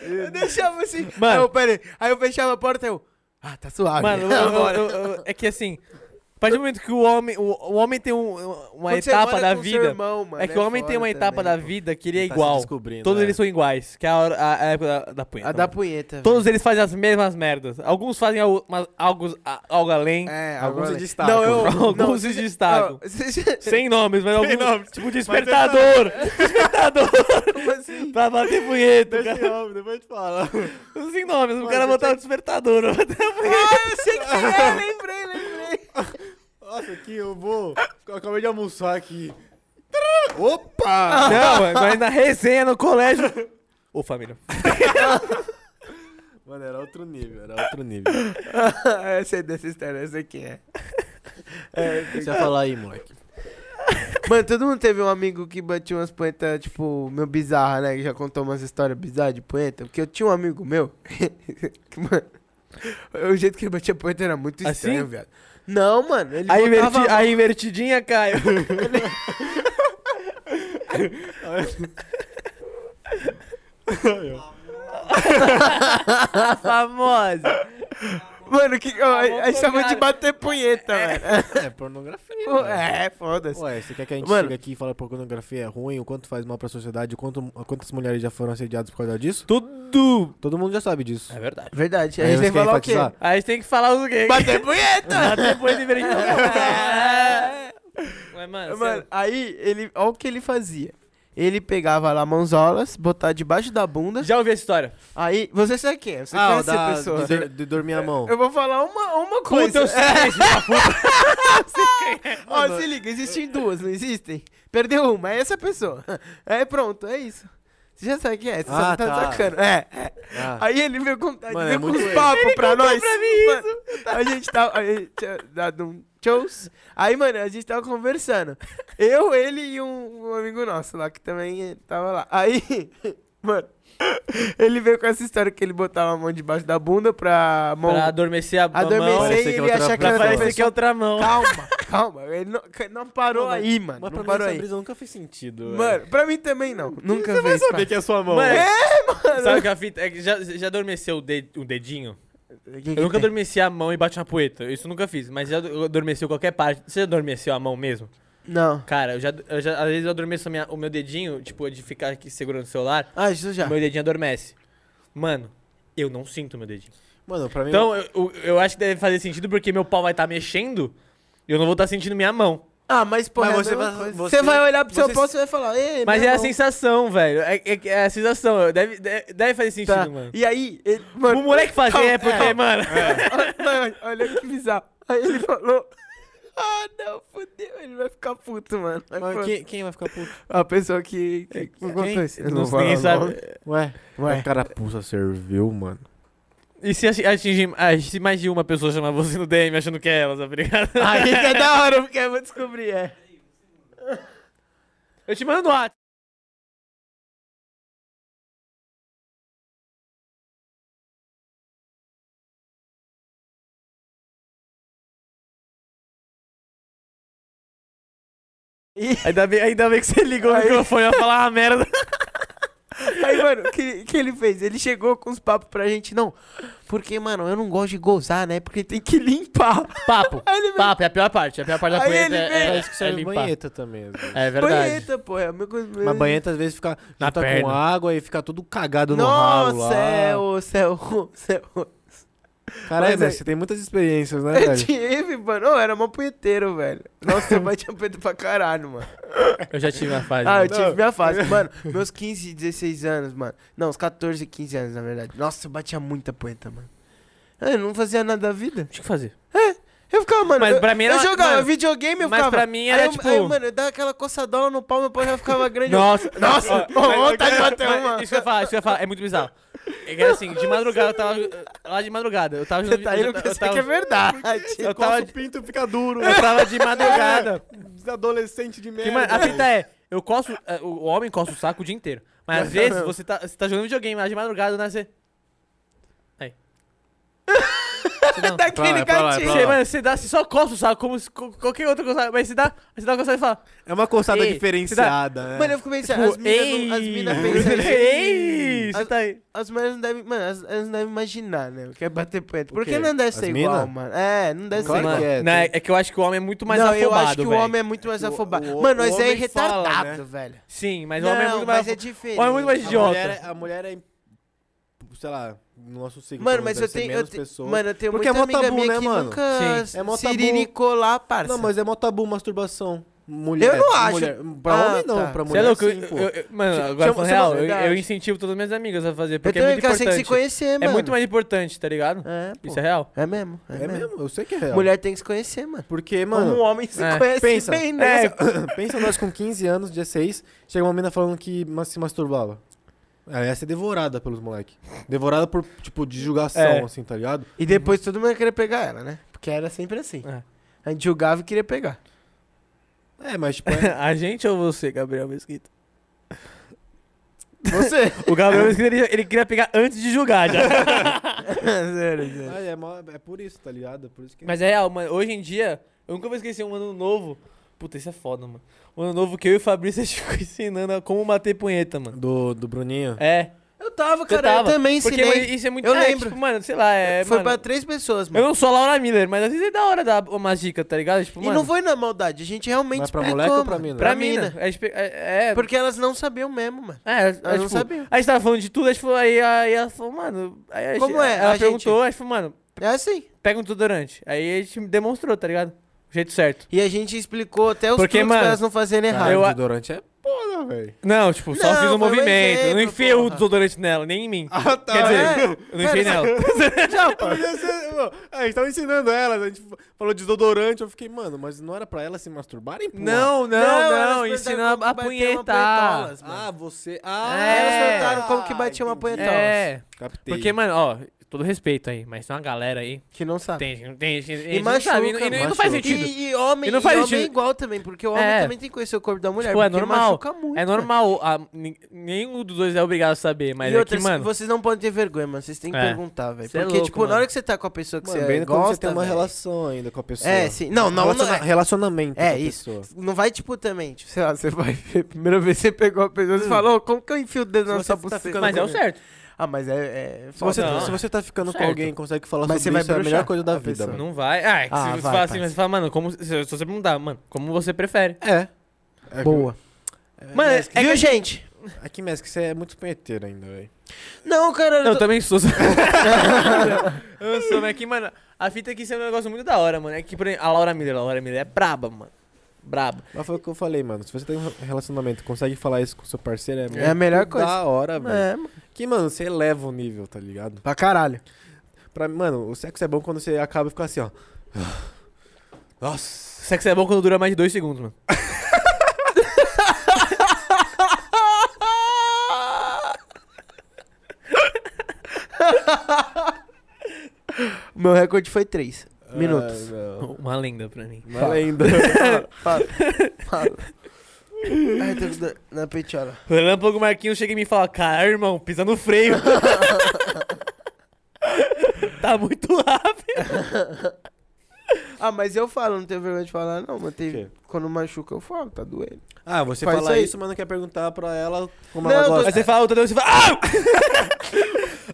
eu deixava assim.
Mano.
Mano. Não, pera aí. Aí eu fechava a porta e eu... Ah, tá suave.
Mano, eu-
<laughs>
eu-
Agora.
eu- eu- é que assim. A partir do momento que o homem. O, o homem tem um- uma
Quando você
etapa
mora
da
com seu
vida.
irmão, mano,
é que o homem tem
foda
uma etapa
também,
da
pô.
vida que ele é
Tá se
igual.
descobrindo,
Todos
é.
eles são iguais, que é a, hora- a- a época da, da punheta.
né? A da
mano.
punheta. velho.
Todos eles fazem as mesmas merdas. Alguns fazem algo, mas algo, a- algo além.
É,
Alguns
agora-
se destacam.
Não, eu...
<laughs> Alguns
não,
se
você-
destacam.
não, <laughs> você- você-
Sem nomes, mas alguns.
nomes.
Tipo, despertador! <laughs> despertador!
Como assim?
pra bater punheta.
Deixa
Cara.
eu homem, depois eu te falo.
<laughs> Sem nomes, o
Mano,
cara
você
botar
tá-
o despertador.
<laughs>
<laughs> pra bater a punheta.
<laughs> Ah, eu sei que é. <laughs> Lembrei, lembrei.
Nossa, aqui eu vou. Eu acabei de almoçar aqui.
<laughs>
Opa!
Não, mano, mas na resenha, no colégio.
<laughs>
Ô, família.
Mano, era outro nível, era outro <laughs> nível.
<laughs> eu sei dessa história. Eu sei quem é. É, eu sei
Você ia falar aí, moleque.
Mano, todo mundo teve um amigo que batia umas punhetas, tipo, meu bizarra, né? Que já contou umas histórias bizarras de punheta. Porque eu tinha um amigo meu. <laughs> que, mano. O jeito que ele batia punheta era muito
Assim?
estranho,
um
viado. Não, mano. Ele
A, inverti-
botava-
a invertidinha, Caio. a famosa.
Mano, que, ó,
Falou
a gente tá
com
falando de
cara.
bater punheta, velho.
É pornografia.
<laughs> Pô, É, foda-se.
Ué, você quer que a gente
Mano.
chegue aqui e fale que pornografia é ruim, o quanto faz mal pra sociedade, o quanto, quantas mulheres já foram assediadas por causa disso?
Tudo!
Todo mundo já sabe disso.
É verdade.
Verdade. A
Aí
gente
você
tem que
quer
falar o quê?
enfatizar?
Aí você tem que falar o gay.
Bater <laughs> punheta! É.
Depois de ver Mas,
Tá
mano,
Mano,
cê-
aí ele. Olha o que ele fazia. Ele pegava lá mãozolas, botava debaixo da bunda.
já ouvi essa história.
Aí. Você sabe quem? é? Você
Ah, o
conhece
da,
a pessoa.
de, dor- de dormir a mão.
Eu vou falar uma, uma coisa. É.
Puta, eu sei.
<laughs>
<laughs>
Ó, se liga, existem duas, não existem? Perdeu uma, é essa pessoa. <laughs> É pronto, é isso. Você já sabe quem é, você só
Ah,
não tá,
tá.
sacando. É, é.
Ah.
Aí ele veio com,
Mano,
veio
é
com
muito
uns
doido.
papos pra nós.
pra mim
Mano, A gente tava. A gente tinha dado um shows. Aí, mano, a gente tava conversando. Eu, ele e um, um amigo nosso lá que também eh, tava lá. Aí, <laughs> mano, ele veio com essa história que ele botava a mão debaixo da bunda pra mão.
Pra adormecer a, a mão.
adormecer
parecer
e
que é
ele
outra-
achar que
pra
era outra
parecer
Parece que é
pessoa.
outra mão.
Calma, calma. Ele não, não parou
Não, mas-
aí, mano.
Mas pra
não
mim
parou
essa
aí.
brisa nunca fez sentido. velho.
Mano, pra mim também não. Nunca
você vai
fez
saber
parte.
que é a sua mão.
Mano,
velho.
Sabe que a fita é que já, já adormeceu o, de- o dedinho?
Que que
Eu
<laughs>
nunca
tem?
adormeci a mão e bati na poeta. Isso eu nunca fiz, mas já eu adormeceu qualquer parte. Você já adormeceu a mão mesmo?
Não.
Cara, eu já, eu já- às vezes eu adormeço a minha- o meu dedinho, tipo, de ficar aqui segurando o celular,
Ah, isso já.
o meu dedinho adormece. Mano, eu não sinto meu dedinho.
Mano, pra mim.
Então, eu, eu, eu acho que deve fazer sentido porque meu pau vai estar mexendo e eu não vou estar sentindo minha mão.
Ah, mas porra,
Mas
é a
você
mesma
vai-
coisa.
você-
Você vai olhar pro seu
você-
pau e você vai falar, "Ê,
Mas
meu
é a
irmão."
sensação, velho. É, é, é a sensação. Deve, deve, deve fazer sentido,
Tá.
mano.
E aí, ele, <laughs>
O
mano,
moleque fazer é porque,
É.
mano.
olha, olha que bizarro. Aí ele falou, ah, não, fudeu, ele vai ficar puto, mano. Aí
Mas
foi
quem, É, quem vai ficar puto?
A pessoa que, que que contou isso. Eu vou
ninguém
falar o
sabe.
nome.
Ué,
Ué.
a carapuça serviu, mano.
E se ati- atingir, ah, se mais de uma pessoa chamar você no DM achando que é ela, tá ligado?
Aí que é da hora, porque eu vou descobrir, é.
<laughs> Eu te mando o WhatsApp.
E-
Ainda bem, ainda bem que você ligou o
Aí-
microfone ia falar uma merda.
<laughs> Aí, mano, o que, que ele fez? Ele chegou com uns papos pra gente, não. Porque, mano, eu não gosto de gozar, né? Porque tem que limpar.
Papo.
Aí ele
Papo, é a pior parte. A pior parte da
Aí
punheta
ele
é,
vem-
é,
É
é,
isso que serve
limpar.
banheta também. às vezes.
É verdade.
Banheta, pô, é a mesma coisa.
Mas banheta às vezes fica
Na
junta com
perna.
água e fica tudo cagado no ralo lá.
Nossa, é o céu, céu.
Caralho,
Mas é
né,
aí-
você tem muitas
<laughs>
experiências,
É
né,
Eu
velho?
tive, mano. Eu era mó punheteiro, velho. Nossa, eu batia punheta pra caralho, mano.
Eu já tive uma fase.
Ah, eu
mano.
tive minha fase. Mano, meus 15, 16 anos, mano. Não, os 14, 15 anos, na verdade. Nossa, eu batia muita punheta, mano. Eu não fazia nada da vida.
Tinha que fazer.
Eu ficava, mano.
Mas
eu,
pra mim era-
Eu jogava
mano,
videogame, eu
mas
ficava.
pra mim era
aí eu,
tipo-
aí, mano, eu dava aquela coçadola no pau, meu pau já
<laughs>
ficava grande. eu-
Nossa,
Nossa, ô, vontade de bater
Mas
uma.
Isso que eu ia falar, isso que eu ia falar, é muito bizarro. É que era assim, de madrugada eu tava. Lá de madrugada, eu tava
Você tá indo
eu,
porque
eu
isso aqui é
tava,
verdade.
eu tava de-
pinto fica duro.
eu tava <laughs> de madrugada.
Adolescente de
Que, mano, a fita é, eu coço. é, O homem coça o saco o dia inteiro. Mas às vezes você tá, você tá jogando videogame lá de madrugada, né? Você. Aí. Você não.
Daquele
é pra lá, é pra
gatinho.
lá.
Você, mano, você dá, você só coça o saco, como se co- qualquer outro coçada. Mas você dá, você dá uma coçada e fala.
É uma coçada
Ei,
diferenciada, né?
Mano, eu fico pensando,
pô,
as minas não- as minas
Tipo, ei,
pensam
<laughs> Ei, você
As-
tá aí.
As mulheres não devem. Mano, elas, elas não devem imaginar, né? O que é bater punheta. Por
O
que
quê?
não deve
As
ser
mina?
igual, mano? É, não deve
Claro
ser
que
igual.
é,
Mano, né,
tem-
é que eu acho que o homem é muito mais
não,
afobado,
eu acho que o
velho.
homem é muito mais
O-
afobado.
o-
mano,
o
nós é
homem
retardado,
fala, né?
velho.
Sim, mas
não,
o homem é muito
mas
mais
é
afobado.
diferente.
O homem é muito mais
a
idiota.
mulher, é- a mulher é. Sei lá, no nosso ciclo.
Mano,
pelo
mas eu
menos, deve ser
tenho. Eu
menos
te...
pessoas.
Mano, eu tenho
Porque é
muita
mó
amiga
tabu,
minha
né,
que
mano?
nunca
Sim. É mó tabu.
siriricou lá, parça.
Não, mas é mó tabu masturbação. Mulher.
Eu não acho.
mulher- Pra
Ah,
homem não,
tá.
pra
Você é
mulher.
louco?
sim,
Eu-
pô.
eu- eu- mano,
Chama-
agora falando
chama-
real, eu,
verdade.
eu incentivo todas as minhas amigas a fazer,
eu
porque é
também
muito
quero tem
importante.
que se conhecer,
é
mano.
muito mais importante, tá ligado?
É, pô.
Isso é real.
É mesmo. É,
É
mesmo.
mesmo, eu sei que é real.
Mulher tem que se conhecer, mano.
Porque, mano.
Como um homem se
é.
conhece
Pensa,
bem, né?
pensa, pensa nós com 15 anos, 16, chega uma mina falando que ma- se masturbava. Ela ia ser devorada pelos moleques. Devorada por, tipo, de julgação,
É.
assim, tá ligado?
E depois todo mundo queria pegar ela, né? Porque era sempre assim.
É.
A gente julgava e queria pegar.
É, mas, tipo, é, <laughs>
<laughs> a gente ou você, Gabriel Mesquita?
Você?
O Gabriel <laughs> Mesquita, ele, ele queria pegar antes de julgar já.
<laughs> Sério, sério.
mas é, mó- é por isso, tá ligado? É por isso que...
<laughs> Mas é real, mano. Hoje em dia, eu nunca vou esquecer um ano novo. Puta, isso é foda, <laughs> mano. Um ano novo que eu e o Fabrício a gente ficou ensinando a como bater punheta, mano.
Do, do Bruninho?
É.
Eu tava, cara.
tava.
Eu também
Porque,
ensinei.
mano, isso é muito
Eu
é,
lembro.
tipo, mano, sei lá, é.
Foi
mano,
pra três pessoas,
Eu
mano.
não sou a Laura Miller, mas às vezes é da hora dar umas dicas, tá ligado? Tipo,
E
mano,
não foi na maldade. A gente realmente
Mas pra
explicou,
moleque ou pra
mano.
mina?
pra mina. É, espe- é, é,
Porque elas não sabiam mesmo, mano.
É,
Ela
é,
não
tipo,
sabia.
A gente tava falando de tudo, a gente falou, aí, aí ela falou, mano. Aí a
Como
gente-
é?
Ela
A
perguntou, a gente falou, mano,
É assim.
pega um desodorante. Aí a gente demonstrou, tá ligado? O jeito certo.
E a gente explicou até os
Porque,
truques
mano,
pra elas não fazerem errado.
eu-
Caralho, desodorante é porra, velho.
Não, tipo, só
Não,
fiz um
foi um
movimento. eu não
exemplo,
enfiei o
porra.
desodorante nela, nem em mim.
Ah, tá.
Quer dizer,
é?
eu não enfiei
Cara,
nela.
Podia ser- pô, a gente tava ensinando elas, a gente falou de desodorante, eu fiquei, mano, mas não era pra elas se masturbarem, porra?
Não, não, não, ensina a punhetar.
Ah, você...
Ah,
Ah,
elas
É.
perguntaram como que batia uma punhetola.
É,
Captei.
porque, mano, ó, todo respeito aí, mas tem uma galera aí.
Que não sabe.
Tem, gente- tem, gente- gente
E
que não sabe, e
machuca,
não- e não- e não faz
machuca.
sentido. Tipo,
E, e homem,
E não
e
faz
homem
sentido.
é igual também, porque o homem
É.
também tem que conhecer o corpo da mulher.
Tipo, é
porque
normal.
machuca muito.
É
mano.
normal, a- nin- nenhum dos dois é obrigado a saber, mas
e
é
outra,
que, mano.
vocês não podem ter vergonha, mano. Vocês têm que
É.
perguntar, velho.
Cê é
Porque,
louco,
tipo, na
mano.
hora que você tá com a pessoa que
Mano,
você
bem
gosta,
quando você tem uma
velho,
relação ainda com a pessoa.
É, sim. Não, não, não,
Relaciona-
é.
Relacionamento com
É,
a
isso.
pessoa.
Não vai, tipo, também. Tipo, Hum. sei lá, você vai ver. Primeira vez você pegou a pessoa e falou, como que eu enfio o dedo na
Se
sua
você tá
buceta?
ficando
Mas é o certo.
Ah, mas é. é
Se você,
Não,
se
é.
você tá ficando
Certo.
com alguém e consegue falar
Mas você
sobre
vai
isso, é a
bruxar
melhor coisa da
a
vida,
pessoa.
mano.
Não vai. Ah, é que
Ah,
se você
vai,
fala assim,
vai.
mas você fala, mano, como. Se se você perguntar, mano, como você prefere?
É.
Boa.
Mano, é que
Viu,
a gente-
gente?
Aqui, Messi, que você é muito punheteiro ainda, velho.
Não, cara.
Eu
Eu tô...
também <laughs> sou. eu sou, mas aqui, mano, a fita aqui é um negócio muito da hora, mano. É que, por exemplo, a Laura Miller, a Laura Miller é braba, mano. Braba.
Mas foi o que eu falei, mano. Se você tem um relacionamento e consegue falar isso com seu parceiro, é,
É a melhor coisa.
da hora, velho.
É, mano.
Que, mano, você eleva o nível, tá ligado?
Pra <laughs> caralho.
Pra, mano, o sexo é bom quando você acaba e fica assim, ó. Nossa.
Sexo é bom quando dura mais de dois segundos, mano.
Meu recorde foi 3
Ah,
minutos.
não.
<laughs> Uma lenda pra mim.
Mas
<laughs>
ainda.
Fala. Fala. Ai, tô com dor na peitiola.
O Relâmpago Marquinhos chega em mim e fala: Caralho, irmão, pisa no freio. <laughs> tá muito rápido.
Ah, mas eu falo, não tenho vergonha de falar, não. Mas tem...
Quê?
quando machuca, eu falo, tá doendo.
Ah, você
Faz
fala
isso aí.
isso, mas não quer perguntar pra ela como
Não,
ela
eu tô-
gosta.
Aí você fala, outra vez você fala: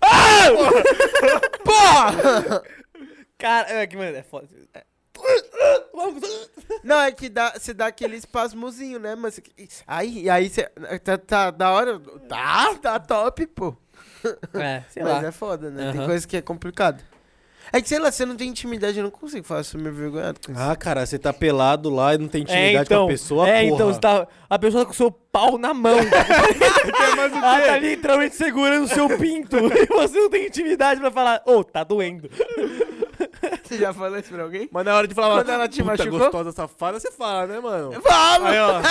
Ah!
Porra!
Cara, é que, mano, é foda. É.
<laughs> Não, é que dá, você dá aquele espasmozinho, né? Mas. Aí, aí você. Tá, tá da hora. Tá, tá top, pô.
É, sei
Mas
lá.
é foda, né? Tem
Aham.
coisa que é complicado. É que, sei lá, você não tem intimidade, eu não consigo falar assumir vergonhado com isso.
Ah, cara, você tá pelado lá e não tem intimidade com a pessoa,
é,
porra.
então, você tá, a pessoa tá com o seu pau
<laughs>
na mão. Ela tá literalmente segurando o seu pinto. e você não tem intimidade pra falar, ô, tá doendo.
Você já falou isso pra alguém?
Mas na hora de falar,
Quando ela te
"Puta,
machucou?"
gostosa safada, você fala, né, mano?
Vamos!
Aí,
<laughs>
ó.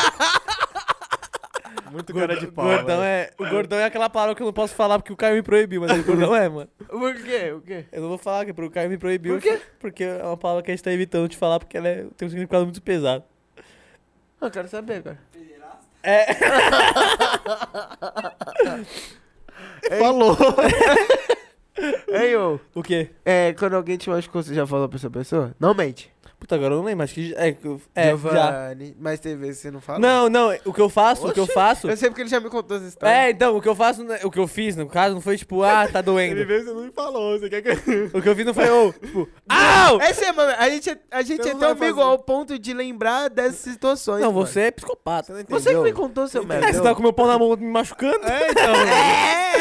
Muito cara de pau. né?
gordão
velho.
é, o gordão é aquela palavra que eu não posso falar porque o Caio me proibiu, mas o gordão é, mano.
Por quê? O quê?
Eu não vou falar que o Caio me proibiu.
Por quê?
Porque é uma palavra que a gente tá evitando de falar porque ela é- tem um significado muito pesado.
Ah, Eu quero saber agora.
É,
Falou.
Ei, ô.
<laughs> o quê?
É, quando alguém te machucou, você já falou pra essa pessoa? Não mente.
Puta, agora eu não lembro, acho que... É, que eu- é já.
Giovanni, Mas tem vezes que você não fala?
Não, não, o que eu faço, o que eu faço...
Eu sei porque ele já me contou essa história.
É, então, o que eu faço, né, o que eu fiz, no caso, não foi tipo, ah, tá
Ele
doendo.
veio e você não me falou. Você quer que eu...
O que eu fiz não foi, ô, tipo, au!
Essa é, mano, a gente, é- a gente
Você
é
não
tão
vai
amigo
fazer.
ao ponto de lembrar dessas situações.
Não,
mano.
você é psicopata.
não
Você que me
entendeu?
contou, seu
Entendeu?
É, você
merda.
tá com meu pau na mão me machucando?
É,
<laughs>
então.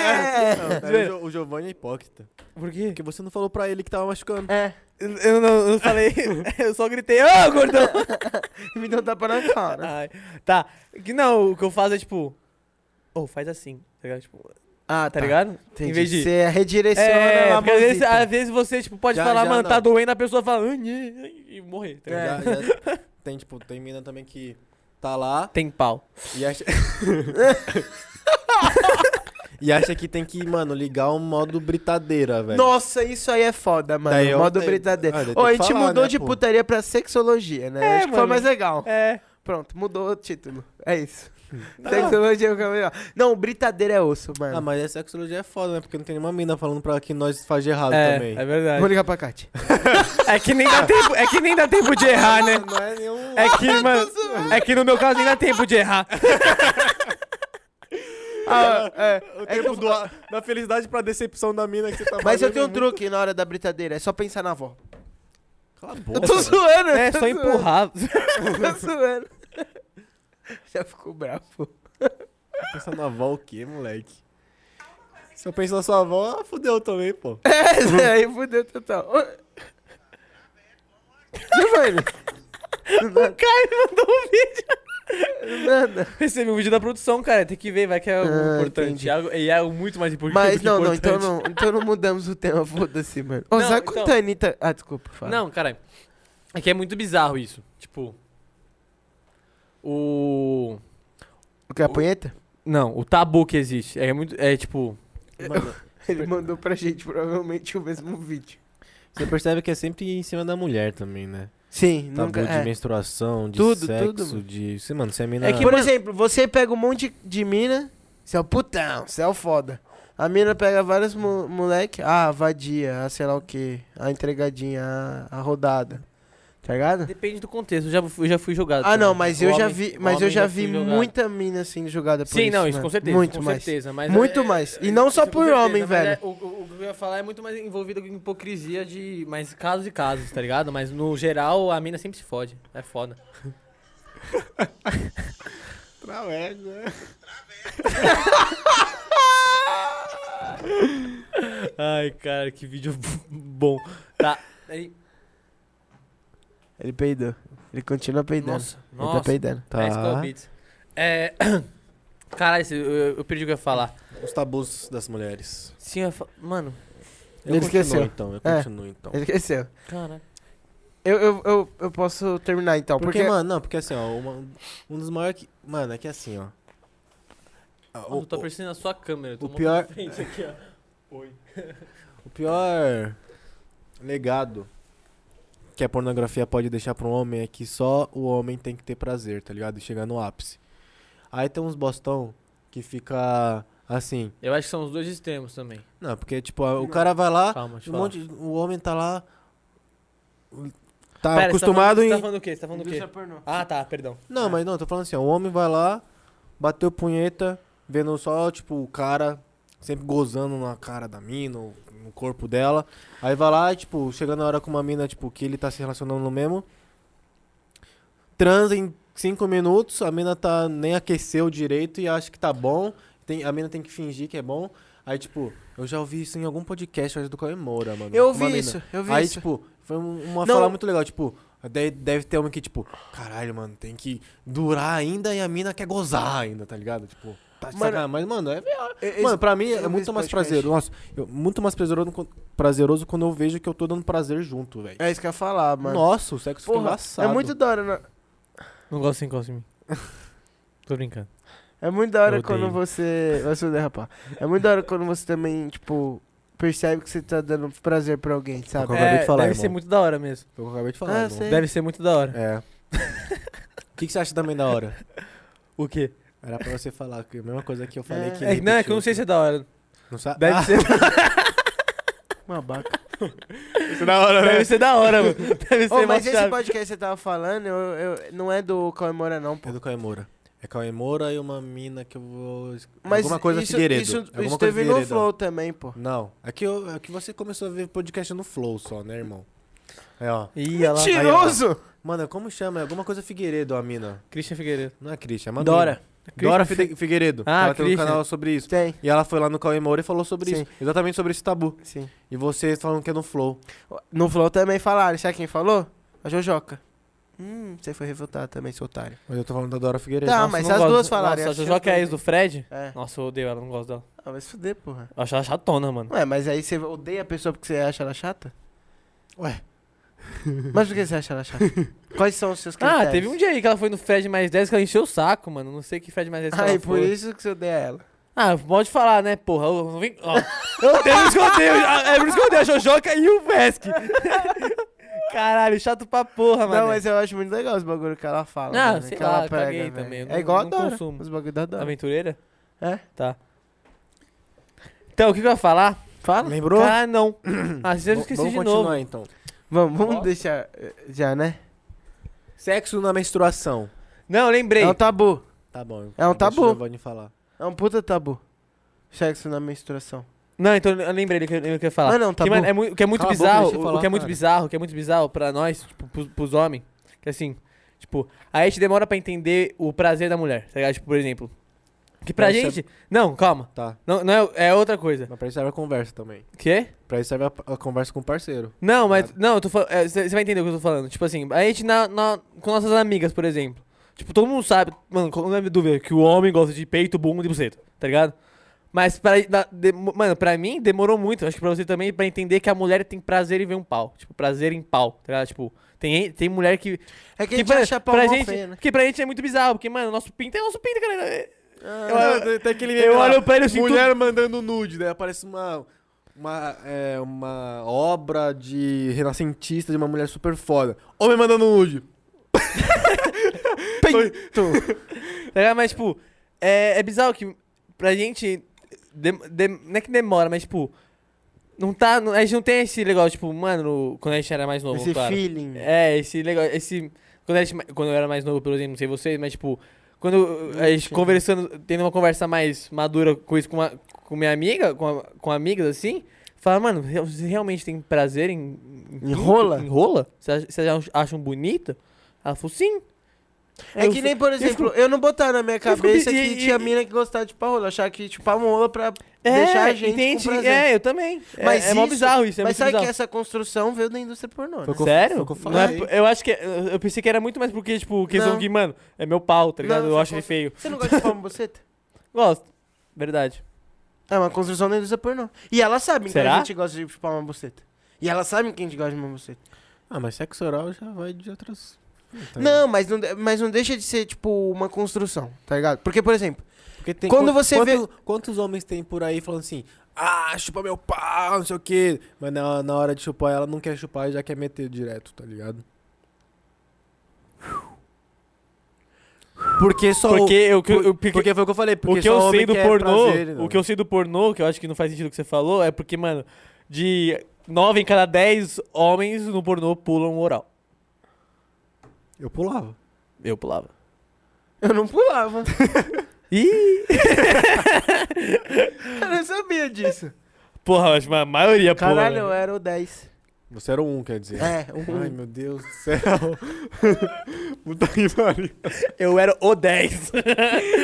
É!
Não, pera, o Jo- o Giovanni é hipócrita.
Por quê?
Porque você não falou pra ele que tava machucando.
É,
Eu, eu não, eu não falei, <laughs> eu só gritei, ô, gordão!
me deu um tapa na cara.
Ai, tá, que não, o que eu faço é tipo, ô, faz assim, tá ligado? Tipo,
Ah,
tá ligado?
Entendi.
Em vez de...
Você redireciona
É,
a
porque às vezes,
mãozita.
às vezes você, tipo, pode
Já-
falar,
já
mano, tá
não. É.
doendo, a pessoa fala, "Ai, ai, ai", e morrer, tá ligado?
Já- já- tem, tipo, tem mina também que tá lá
Tem pau.
e acha... <laughs> e acha que tem que, mano, ligar o modo britadeira, velho.
Nossa, isso aí é foda, mano.
Daí eu-
Modo
daí-
britadeira.
Ah, daí
Ô,
tem
a
que
gente
falar,
mudou
né,
de
pô?
putaria pra sexologia, né?
É,
Acho que foi
mano.
mais legal.
É,
Pronto, mudou o título. É isso. Sexologia é o caminho. ó. Não, britadeira é osso, mano.
Ah, mas a sexologia é foda, né? Porque não tem nenhuma mina falando pra ela que nós faz de errado
é,
também.
é verdade.
Vou ligar pra Kátia.
É que nem dá tempo, é que nem dá tempo de errar, né?
Não é nenhum...
né?
<laughs>
É que, mano, é que no meu caso nem dá tempo de errar.
Ah, é.
O
É que
tempo
eu-
do a- da felicidade pra decepção da mina que você tá
Mas eu
fazendo
tenho
é
um
muito-
truque na hora da britadeira, é só pensar na avó.
Cala a
Eu
boca.
tô zoando, eu
É,
tô
só
zoando,
empurrar.
eu tô <laughs> zoando. Já ficou bravo.
Pensar na avó o quê, moleque? Se eu penso na sua avó, ah, fudeu também, pô.
<laughs> É, aí fudeu total. Ô. Giovanni,
O Caio mandou um vídeo.
nada.
Recebi um vídeo da produção, cara. Tem que ver, vai que é algo
Ah,
importante.
entendi.
E algo- e é algo muito mais importante.
Mas
que
não, não,
importante.
então não, então não mudamos o tema, foda-se, mano. Ô,
Não,
Zé com
então-
a Anitta. Ah, desculpa, fala.
Não, cara. É que é muito bizarro isso. Tipo. O.
O que é a punheta?
Não, o tabu que existe. É muito. É tipo.
Mano,
Ele mandou pra gente provavelmente o mesmo vídeo.
você percebe que é sempre em cima da mulher também, né?
Sim,
Tabu
nunca.
de
é.
menstruação, de
Tudo,
sexo,
tudo, mano.
de... Você, mano, você é mina...
É que, por exemplo, você pega um monte de mina, você é o putão, você é o foda. A mina pega vários mo moleque, ah, a vadia, a sei lá o que, a entregadinha, a, a rodada. Tá ligado?
Depende do contexto. Eu já fui, eu já fui jogado.
Ah, não,
também.
mas
O
eu já
homem-
vi,
o
mas eu
homem
já vi
fui jogado.
muita mina sendo julgada por
Sim,
isso.
não, isso
mano.
com certeza.
Muito
com
mais.
certeza. Mas
Muito
é-
mais. E não só
Isso, com
por
certeza,
homem,
mas é-
velho.
o, o- o que eu ia falar é muito mais envolvido com hipocrisia de. Mas casos e casos, tá ligado? Mas no geral, a mina sempre se fode. É foda. Ai, cara, que vídeo bom. Tá. Aí,
<laughs> Ele peidou. Ele continua peidando.
nossa,
Ele tá
nossa.
peidando.
Tá.
High School Beats. É. <coughs> Caralho, esse- eu, eu perdi o que eu ia falar.
Os tabus das mulheres.
Sim, eu ia fa- Mano,
Eu
Ele
continuo,
esqueceu.
então, eu
É.
continuo, então.
Ele esqueceu.
cara.
Eu, eu, eu, eu posso terminar então.
Porque,
Porque,
mano, não, porque assim, ó, uma- um dos maiores que... Mano, é que assim, ó... Ah,
Eu
O,
tô
o-
percebendo a sua câmera. eu tô
o
mó
pior-
pra frente aqui, ó. Oi.
o pior legado que a pornografia pode deixar pra um homem é que só o homem tem que ter prazer, tá ligado? E chegar no ápice. Aí tem uns bostão que fica assim...
Eu acho que são os dois extremos também.
Não, porque, tipo, a- o cara vai lá...
Calma, deixa
Um
eu falar.
monte, o homem tá lá. Tá
Pera, você
Ah, acostumado
tá falando, Você tá
em.
falando o quê? Você tá falando o quê? Ah, tá, perdão.
É.
Não, mas não, tô falando assim, ó, o homem vai lá, bateu punheta, vendo só, tipo, o cara sempre gozando na cara da mina, ou no corpo dela. Aí vai lá, tipo, chega na hora com uma mina, tipo, que ele tá se relacionando no mesmo. Transa em cinco minutos, a mina tá nem aqueceu direito e acha que tá bom. Tem, a mina tem que fingir que é bom. Aí, tipo, eu já ouvi isso em algum podcast acho, é do Cauê Moura, mano.
eu
Uma mina.
vi isso, eu vi
Aí,
isso.
tipo, foi um- uma
Não.
fala muito legal, tipo, deve, deve ter homem que, tipo, caralho, mano, tem que durar ainda e a mina quer gozar ainda, tá ligado? Tipo, tá de
Mano,
sacanagem. Mas, mano, é.
Esse-
mano, pra mim
eu
é
vi
muito
esse
mais
podcast.
prazeroso. Nossa, eu- muito mais prazeroso, quan- prazeroso quando eu vejo que eu tô dando prazer junto, velho.
É isso que eu ia falar, mano.
Nossa, o sexo fica
Porra, é
embaçado.
muito da hora, né?
Não gosto, sim, gosto em mim. Tô brincando.
É muito da hora
Eu
quando
odeio.
você. <laughs> Vai se derrapar. É muito da hora quando você também, tipo, percebe que você tá dando prazer pra alguém, sabe?
Eu
é?
acabei de falar,
deve
irmão.
ser muito da hora mesmo.
Foi o que eu acabei de
Ah,
falar. irmão.
sei.
Deve ser muito da hora.
<laughs>
É. O que, que você acha também da hora?
O quê?
Era pra você falar que a mesma coisa que eu falei
É.
que.
É,
ele
não, é que
repetiu.
eu não sei se é da hora.
Não sabe?
Deve
Ah,
ser.
Uma baca.
isso é da hora,
né?
Deve ser da hora, mano. <laughs> Deve ser
Ô, mas
mais
esse
chave.
podcast que você tava falando, eu, eu- não é do Comemora, não, pô.
É do Cauê Moura. É Cauê Moura e uma mina que eu vou.
Mas
Alguma coisa
isso,
Figueiredo.
Isso,
Alguma
isso
coisa
teve no
Figueiredo.
Flow também, pô.
Não. É que, eu, é que você começou a ver podcast no Flow só, né, irmão? É, ó.
Ih, olha lá.
Mentiroso!
Mano, como chama? É alguma coisa Figueiredo, a mina.
Christian Figueiredo.
Não é Christian, é uma
Dora.
mina. Dora Fi- Figueiredo.
Ah,
ela tem um
Christian.
canal sobre isso.
Tem.
E ela foi lá no Cauê Moura e falou sobre
Sim.
isso. Exatamente sobre esse tabu.
Sim.
E você falando que é no Flow.
No Flow também falaram. Sabe quem falou? A Jojoca. Hum, você foi revoltado também, seu otário.
Mas eu tô falando da Dora Figueiredo.
Tá,
Nossa,
mas
não
as
gosto.
duas falaram.
Nossa, a
eu achei
Jojoca é a
também.
ex do Fred?
É.
Nossa, eu odeio ela, não gosto dela.
Ah, vai se fuder, porra.
Eu acho ela chatona, mano.
Ué, mas aí você odeia a pessoa porque você acha ela chata?
Ué.
<laughs> Mas por que você acha ela chata? Quais são os seus critérios?
<laughs> Ah, teve um dia aí que ela foi no Fred mais 10 que ela encheu o saco, mano. Não sei que Fred mais 10 que
Ah,
ela
e por
foi.
isso que você odeia ela.
Ah, pode falar, né, porra? Eu, eu, ó, eu tenho isso que eu odeio. É por isso que eu odeio a Jojoca e o Vesk. <laughs> Caralho, chato pra porra, mano.
Não,
é
mas eu acho muito legal os bagulho que ela fala.
é. Ah,
mano,
sei
que
lá,
ela prega,
caguei
velho.
também, eu não-
É igual a
não
Dora.
consumo.
Os bagulho da Dora.
Aventureira?
É.
Tá. Então, o que, que eu ia falar?
Fala.
Lembrou? <clears throat>
Ah, não. Ah, vocês
Bom,
esqueci
vamos
de
continuar
novo.
então.
Vamos, vamos
Ó.
deixar eh, já, né?
Sexo na menstruação.
Não, lembrei.
É um tabu.
Tá bom.
É um
Deixa o
tabu.
Giovanni falar.
É um puta tabu. Sexo na menstruação.
Não, então eu lembrei do que eu, do que eu ia falar.
Ah, não,
Que,
tabu.
mano, é mui- o que é muito
tá Cala a boca,
bizarro,
deixa eu
o- o
falar,
que é muito
cara.
bizarro, o que é muito bizarro pra nós, tipo, pros, pros homens, que assim, tipo, a gente demora pra entender o prazer da mulher, tá ligado? Tipo, por exemplo. Que pra
Parece-
gente. Não, calma.
Tá.
Não, não é, é outra coisa.
Mas pra isso serve a conversa também.
Quê?
Pra isso serve a, a conversa com o parceiro.
Não, mas. Não, eu tô falando. Você vai entender o que eu tô falando. Tipo assim, a gente na, na- com nossas amigas, por exemplo. Tipo, todo mundo sabe, mano, não é dúvida, que o homem gosta de peito, bunda e buceta, tá ligado? Mas, pra, da- de- mano, pra mim demorou muito, acho que pra você também, pra entender que a mulher tem prazer em ver um pau. Tipo, prazer em pau, tá ligado? Tipo, tem, tem mulher que.
É que,
que
a gente
pra,
acha pau
pra
mó
gente,
feio, né?
Porque pra gente é muito bizarro, porque, mano, nosso pinto é nosso pinto, cara.
Ah,
eu-
tem aquele
Eu olho pra ele assim, tudo-
Mulher mandando nude, daí aparece uma. Uma, é, uma obra de renascentista de uma mulher super foda. Homem mandando nude.
peito. tá ligado? Mas, tipo, é, é bizarro que pra gente. dem- dem- não é que demora, mas, tipo. Não tá. não- a gente não tem esse negócio, tipo, mano, quando a gente era mais novo,
esse
claro.
feeling.
É, esse negócio. Esse, quando, a gente, ma- quando eu era mais novo, pelo exemplo, não sei vocês, mas, tipo. Quando a gente
Ixi.
conversando, tendo uma conversa mais madura com isso, com, uma, com minha amiga, com, a- com amigas assim, fala, mano, re- você realmente tem prazer em. em
Enrola?
pinto? Enrola? Vocês ach- vocês ach- acham um, bonito? Ela falou, sim. Aí
É
eu
que
fui-
nem, por exemplo, eu, não botar na minha
fico
cabeça
bi-
que
e-
tinha
e-
mina que gostava de pau rola. Eu Achava que tipo, pau rola pra deixar a gente
entende?
com prazer.
É, eu também.
Mas
Mas é, é mó
isso-
bizarro isso, é
Mas
muito
sabe que
bizarro.
essa construção veio da indústria pornô, né?
Foi o que eu- foi
Sério?
o que eu
Não é-
falei.
eu acho que. Eu eu pensei que era muito mais porque, tipo, questão
Não.
que, mano, é meu pau, tá
Não,
ligado? eu
você
acho ele
gosta-
feio.
Você não gosta de pau em
<laughs>
buceta?
Gosto. Verdade.
É uma construção da indústria pornô. E elas sabem que
Será?
a gente gosta de chupar uma buceta. E elas sabem que a gente gosta de uma buceta.
Ah, mas sexo oral já vai de outras.
Tá
Então,
Não, mas não, de- mas não deixa de ser, tipo, uma construção, tá ligado? Porque, por exemplo,
Porque tem
Quando
quan-
você
quanto- Quantos homens tem por aí falando assim, ah, chupa meu pau, não sei o quê. Mas na, na hora de chupar ela não quer chupar e já quer meter direto, tá ligado? Porque
Então,
só.
Porque eu. que eu- eu-
porque,
porque-
foi o que eu falei. Porque
o que eu
só homem
sei do
quer
pornô.
prazer, né?
o que eu sei do pornô, que eu acho que não faz sentido o que você falou, é porque, mano, de 9 em cada 10 homens no pornô pulam o oral.
Eu pulava.
Eu pulava.
eu não
<laughs>
pulava.
Ih! <laughs>
eu não sabia disso.
Porra, acho que a maioria pula.
Caralho,
né?
eu era o 10.
Você era um, quer dizer.
É, um.
Ai, meu Deus do céu. <laughs> Puta que pariu.
Eu era o <laughs> 10.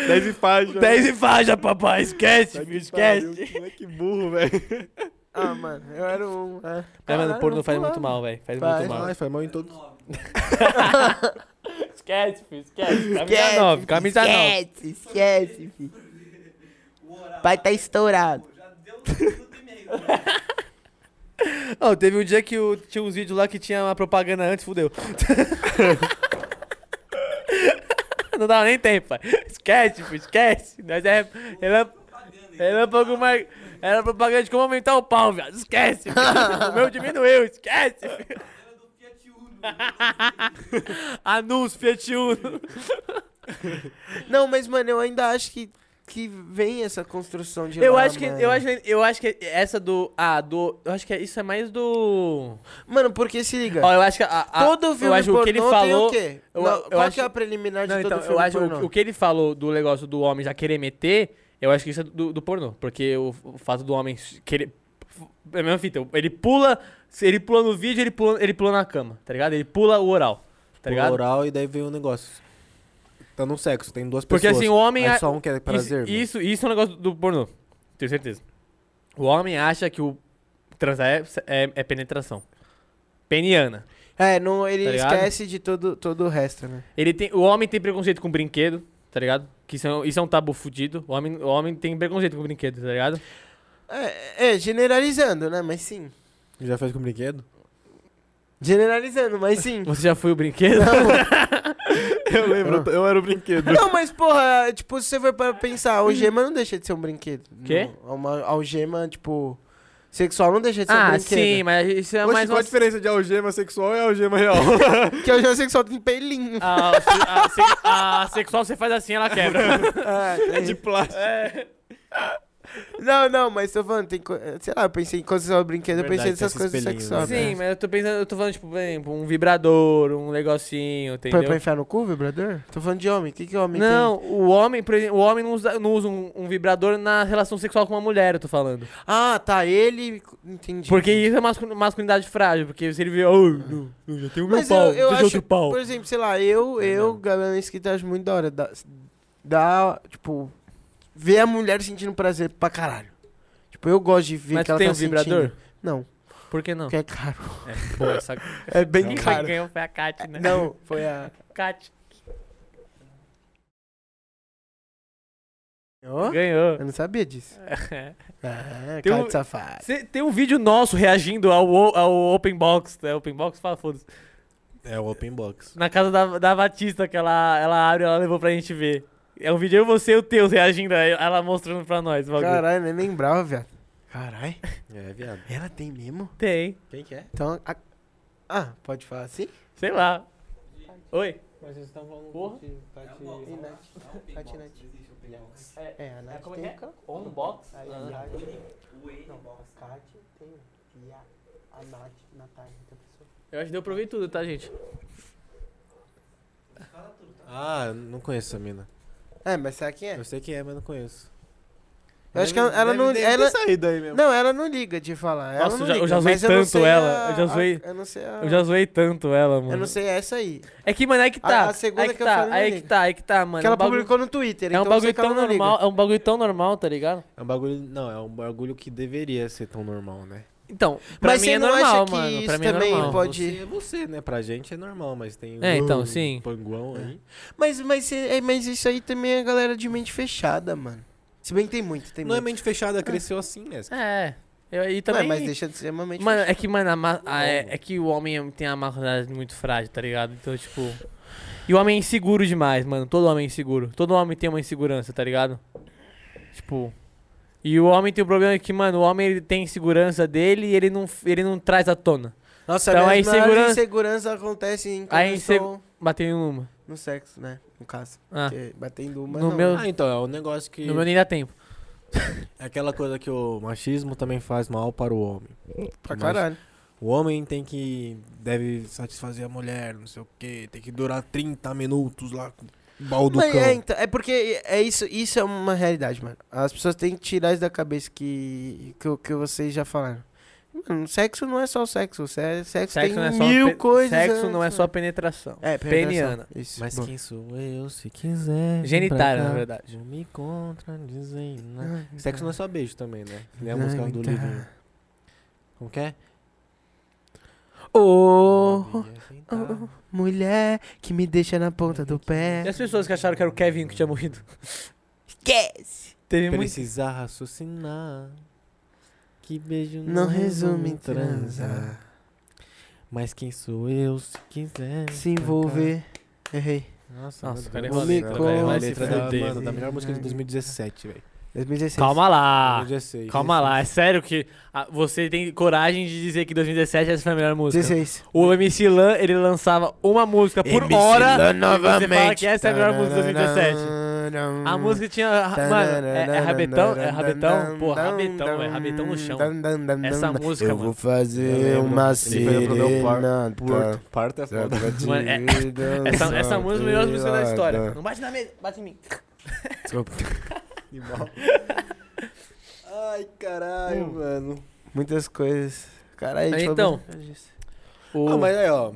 10 e faixa. né?
10 e faja, papai. Esquece,
Puta que
filho, esquece.
pariu, Moleque é burro, velho.
Ah, mano, eu era um. É,
É, mano,
Caralho,
o porno
não
faz muito
pulava.
mal, velho. Faz,
Faz.
muito mal.
Ai, faz mal em todos.
Esquece, filho, esquece.
Esquece,
Camisa 9, camisa 9.
Esquece, esquece, filho. Pai tá estourado.
Ó, teve um dia que o- tinha uns vídeos lá que tinha uma propaganda antes, fudeu. <laughs> Não dava nem tempo, pai. Esquece, filho, esquece. Nós é. Era, era um pouco mais. Era propaganda de como aumentar o pau, viado. Esquece, filho. O meu diminuiu, esquece, filho. <laughs> Anúncio, Fiat Uno.
Não, mas, mano, eu ainda acho que, que vem essa construção de.
Eu
lá, né?
acho que
mano.
eu acho que- eu acho que essa do ah do eu acho que é- isso é mais do
Mano, porque se liga.
ó eu acho que a, a-
É. todo filme
eu acho
pornô
o que ele falou
tem o quê?
eu-
Não,
eu
qual
acho-
que é a preliminar de
não,
todo
então
filme
eu acho
pornô?
o, o que ele falou do negócio do homem já querer meter eu acho que isso é do, do pornô porque o, o fato do homem querer é a mesma fita ele pula se ele pula no vídeo ele pula ele pula na cama tá ligado ele pula o oral tá ligado
Pula oral e daí vem o negócio. Tá no sexo, tem duas
Porque,
pessoas.
assim, o homem
Aí
a-
só um quer prazer.
Isso,
mano.
né?
isso, isso é um negócio do pornô. Tenho certeza. O homem acha que o transar é, é, é penetração. Peniana.
É, não, ele
Tá ligado?
esquece de todo, todo o resto, né?
Ele tem, o homem tem preconceito com brinquedo, tá ligado? Que isso é, um- isso é um tabu fudido. O homem, o homem tem preconceito com brinquedo,
<laughs>
tá ligado?
É, é, generalizando, né? Mas sim.
Já fez com brinquedo?
Generalizando, mas
<laughs>
sim.
Você já foi o brinquedo?
<laughs> Eu lembro, eu era
<laughs>
o brinquedo.
Não, mas porra, tipo, se você for para pensar, a algema não deixa de ser um brinquedo.
Quê?
Não, é Uma algema, tipo, sexual não deixa de ser um
ah,
brinquedo.
sim, mas isso é
Oxe,
mais
qual
uma...
a diferença de algema sexual e algema <laughs> real?
Porque algema sexual tem pelinho.
A, Ah, a,
<laughs> É
se- a sexual você faz assim, ela quebra.
Ah, tem.
plástico.
É.
Não, não, mas tô falando, tem. co- Sei lá, eu pensei em construção de brinquedo, eu pensei
Verdade, tem
nessas
esses
coisas
pelinhos,
sexuais.
né?
né?
Sim, mas eu tô pensando, eu tô falando, tipo, por exemplo, um vibrador, um negocinho,
Pra, pra
entendeu?
enfiar no cu, vibrador? Tô falando de homem. O que, que homem
Não, o homem, por exemplo, o homem não usa, não usa um, um vibrador na relação sexual com uma mulher, eu tô falando.
tem? Ah, tá. Ele. Entendi.
Porque isso é mascu- masculinidade frágil, porque se ele vê, oh, não, eu já tenho meu
Mas eu-
pau,
eu
deixa
acho-
outro pau. É,
Por exemplo, sei lá, eu, eu, galera, isso que tá muito da hora. Dá, dá, tipo, ver a mulher sentindo prazer pra caralho. Tipo, eu gosto de ver
Mas
que
tu
ela
tem
tá
um vibrador?
sentindo. Não,
Por que não?
porque é caro.
É, pô, essa...
É <laughs> bem
Quem
caro.
ganhou foi a Kat, né? <laughs>
Não, foi a...
Kat
Ó,
ganhou.
Eu não sabia disso. Ah,
Tem
cara
um-
de safado.
<laughs> Cê- tem um vídeo nosso reagindo ao, o- ao Open Box. É Open Box? Fala, foda-se.
É o open box.
Na casa da, da Batista, que ela, ela abre ela levou pra gente ver. É um vídeo eu, você e o Teus reagindo, aí ela mostrando pra nós o bagulho.
Caralho, nem lembrava, viado. Caralho,
É, viado.
ela tem mesmo?
Tem,
Quem que é?
Então, a- ah, pode falar assim?
sei lá. Oi?
Mas vocês estão falando
Porra.
um É
É, a Nath
como é
tem
que é? Unbox?
Aí a Nath... Não, a Kátia tem e a, a Nath, Natália, outra pessoa.
Eu acho que deu pra ouvir tudo, tá, gente?
Ah, não conheço essa mina.
É, mas será quem é?
Eu sei quem é, mas não conheço.
Eu acho que ela, ela não... Ela,
saída aí mesmo.
não, ela não liga de falar. ela
Nossa,
não
eu já- eu
liga,
já zoei
mas eu não
tanto
sei
ela,
a-
eu já
a-
zoei-
eu não sei a...
Eu já zoei tanto ela, mano.
Ah. eu não sei essa aí.
É que, mano, aí que tá.
A- a segunda
aí que,
que eu
tá,
falei,
aí
né?
que tá, aí que tá, mano.
que ela
É um bagulho-
publicou no Twitter,
É um
então eu sei
bagulho
que ela
tão
não liga.
normal, é um bagulho tão normal, tá ligado?
É um bagulho. Não, é um bagulho que deveria ser tão normal, né?
Então, pra
Mas
mim
você
é
não acha
normal,
que
mano. Pra
isso
mim é
também
normal.
Não, pode-
Você é você, né? Pra gente é normal, mas tem um
É, então, sim.
panguão aí.
Mas, mas, cê- é, mas isso aí também é galera de mente fechada, mano. Se bem que tem muito, tem
Não é
muito.
mente fechada, cresceu assim, né?
É. Eu, e
Não,
também.
mas deixa de ser uma mente
Mano,
fechada.
é que, mano, a ma- a- é, é que o homem tem a masculinidade muito frágil, tá ligado? Então, tipo. E o homem é inseguro demais, mano. Todo homem é inseguro. Todo homem tem uma insegurança, tá ligado? Tipo. E o homem tem o problema é que, mano, o homem ele tem insegurança dele e ele não, ele não traz à tona.
Nossa,
então
então,
a
as insegurança...
insegurança-
insegurança acontece em
A
quando
inse-
estão
Batendo numa.
no sexo, né? No caso.
Ah,
Porque batendo uma,
No
não.
meu-
né?
Ah, então, é um negócio que.
no meu nem dá tempo.
É aquela coisa que o machismo também faz mal para o homem.
Pra
Mas-
caralho.
O homem tem que. deve satisfazer a mulher, não sei o quê. Tem que durar 30 minutos lá com o baú do
Mas
cão.
é, então, é porque é isso, isso é uma realidade, mano. As pessoas têm que tirar isso da cabeça que, que, o- que vocês já falaram. Mano, sexo não é só sexo. se- Sexo, tem mil
é pe-
coisas.
Sexo
antes,
não é só
mano.
penetração.
É, penetração,
peniana.
Isso.
Mas
bom.
quem sou eu se quiser? vem
Genitália,
pra cá.
na verdade.
Já me contra dizendo. né?
Ah,
Sexo não é só beijo também, né? Que Nem a
Não,
música do
então.
livrinho. Como que é?
Ô,
é
Poderia sentar.
mulher que me deixa na ponta do pé.
E as pessoas que acharam que era o Kevin que tinha morrido? Esquece! Teve muito.
Precisar raciocinar. Que beijo
Não resume em
transa.
transar.
Mas quem sou eu se quiser
Se envolver. Errei.
Nossa,
Nossa,
meu
cara, é né,
errou
Deus.
a letra,
Cara,
cara,
errou a
vai se
letra da,
fuder.
mano, da melhor música de 2017, velho.
2016.
Calma
Ah,
lá!
2016.
Calma lá, é sério que ah, você tem coragem de dizer que 2017 essa foi a melhor música.
16.
O MC Lan, ele lançava uma música por hora e você fala que essa é a melhor música de 2017.
Hum.
A música tinha. ra- Mano, é, é rabetão? É rabetão? Pô, rabetão, é rabetão no chão. Essa música,
Eu vou
mano.
fazer
Eu lembro.
uma Tá.
Ele foi pro meu par-
serenata.
Parta é foda.
Mano, é-
<laughs>
Essa, essa música é a melhor música da história. Não bate na mesa, bate em mim.
<laughs> Ai, caralho, mano.
Muitas coisas. Caralho, a gente
Então.
falou disso.
O-
Ah, mas aí, ó.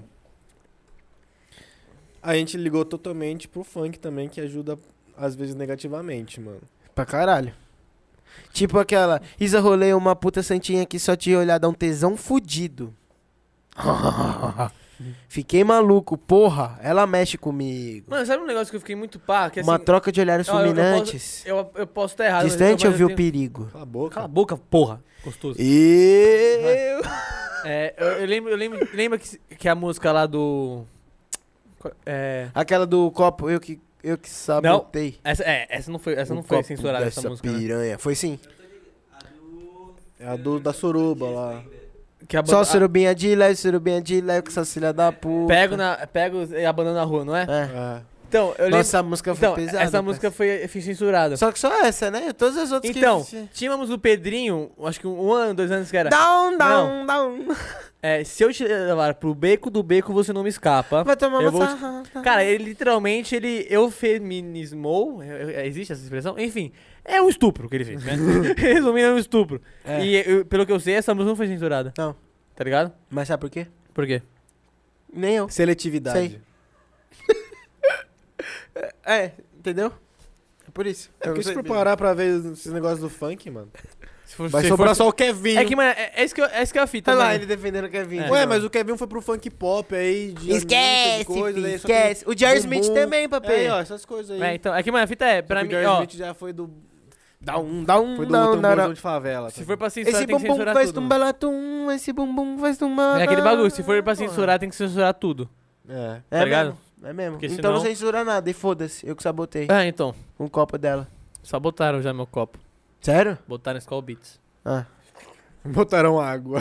A gente ligou totalmente pro funk também, que ajuda às vezes negativamente, mano.
Pra caralho. Tipo aquela, Isa rolei uma puta santinha que só te olhar dá um tesão fudido. Fiquei maluco, porra, ela mexe comigo.
Mano, sabe um negócio que eu fiquei muito pá? Que,
uma
assim,
troca de olhares
ó, eu- eu
fulminantes.
eu, eu posso estar errado. mas-
Distante eu
mas
vi o
tenho-
perigo.
Cala a boca.
Cala a boca, porra. Gostoso.
Eu...
É, eu, eu lembro, eu lembro, lembra que, que a música lá do. Qual- É.
Aquela do copo, eu que, eu que sabotei.
Essa, é, essa não foi, essa
O
não foi
Um copo
censurada,
dessa
essa música. né?
piranha. Foi sim.
É a do da suruba lá.
Que a
Só
banda-
surubinha de leve, surubinha de leve, que essa filha da
a-
puta.
Pego, na, pego e abandono na rua, não é?
É.
É.
Então, eu né? lembro.
Nossa, a música foi
Então,
pesada.
essa música foi, foi censurada.
parceiro. Só que só essa, né? Todas as outras
Então,
que...
tínhamos o Pedrinho, acho que um ano, dois anos que era.
Down, down, down.
É, se eu te levar pro beco do beco, você não me escapa.
Vai tomar
Eu
uma
vou te-
sarra.
Cara, ele literalmente ele eufeminismou. eu- eu- é, Existe essa expressão? Enfim, é um estupro que ele fez, <laughs> né? Resumindo, é um estupro.
É.
E eu- pelo que eu sei, essa música não foi censurada.
Não.
Tá ligado?
Mas sabe por quê?
Por quê?
Nem eu.
Seletividade.
Sei. É, entendeu? É por isso.
É porque se for parar pra ver esses negócios do funk, mano.
Se for-
Vai
se
sobrar
for-
só o Kevin.
É que, mano, é, é isso que, eu- é isso que é a fita.
Olha tá lá,
mano.
ele defendendo o Kevin. um
É.
Ué, mas o Kevin foi pro funk pop aí. De
Esquece,
coisa,
fi,
daí só que-
esquece. O Jerry Smith
bumbum.
também,
É,
papel.
ó, essas
tá
coisas
É,
aí.
então, é que, mano, a fita é, pra
Só que
Tipo
mim,
o Jerry
ó,
Smith já foi do.
Dá um, dá um,
Foi do
dá um, dá
tamborzão
um.
de favela. tá
se for pra censurar,
Esse
tem que
bumbum
censurar
faz
tudo.
tumbalatum, esse bumbum faz tumbalatum.
É aquele bagulho, se for pra censurar, tem que censurar tudo.
É.
É
tá ligado?
mesmo, é mesmo.
Porque
então
senão-
não censura nada, e foda-se, eu que sabotei
Ah, então,
um copo
<laughs>
dela.
sabotaram já meu copo.
Sério?
Botaram Skull Beats.
Ah.
<laughs> Botaram água.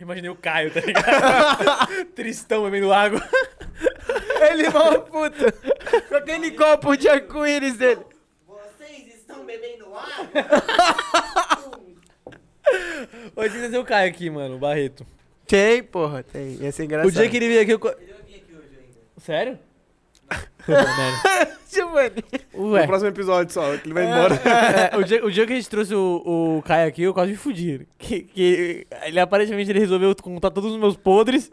Imaginei o Caio,
<laughs>
tá ligado? Tristão bebendo água. é
Ele mal puto, com aquele copo de arco-íris dele.
Vocês estão bebendo água?
Hoje tem que trazer o Caio aqui, mano, o Barreto.
Tem, porra, tem, ia ser engraçado.
O dia que ele veio aqui, eu... co-
Ele vai vir aqui hoje ainda.
<laughs> Sério? Merda.
Giovanni.
Ué,
No próximo episódio só, que ele vai embora.
é, <laughs> o, dia, o dia que a gente trouxe o, o Caio aqui, eu quase me fudi. Que, que ele aparentemente ele resolveu contar todos os meus podres.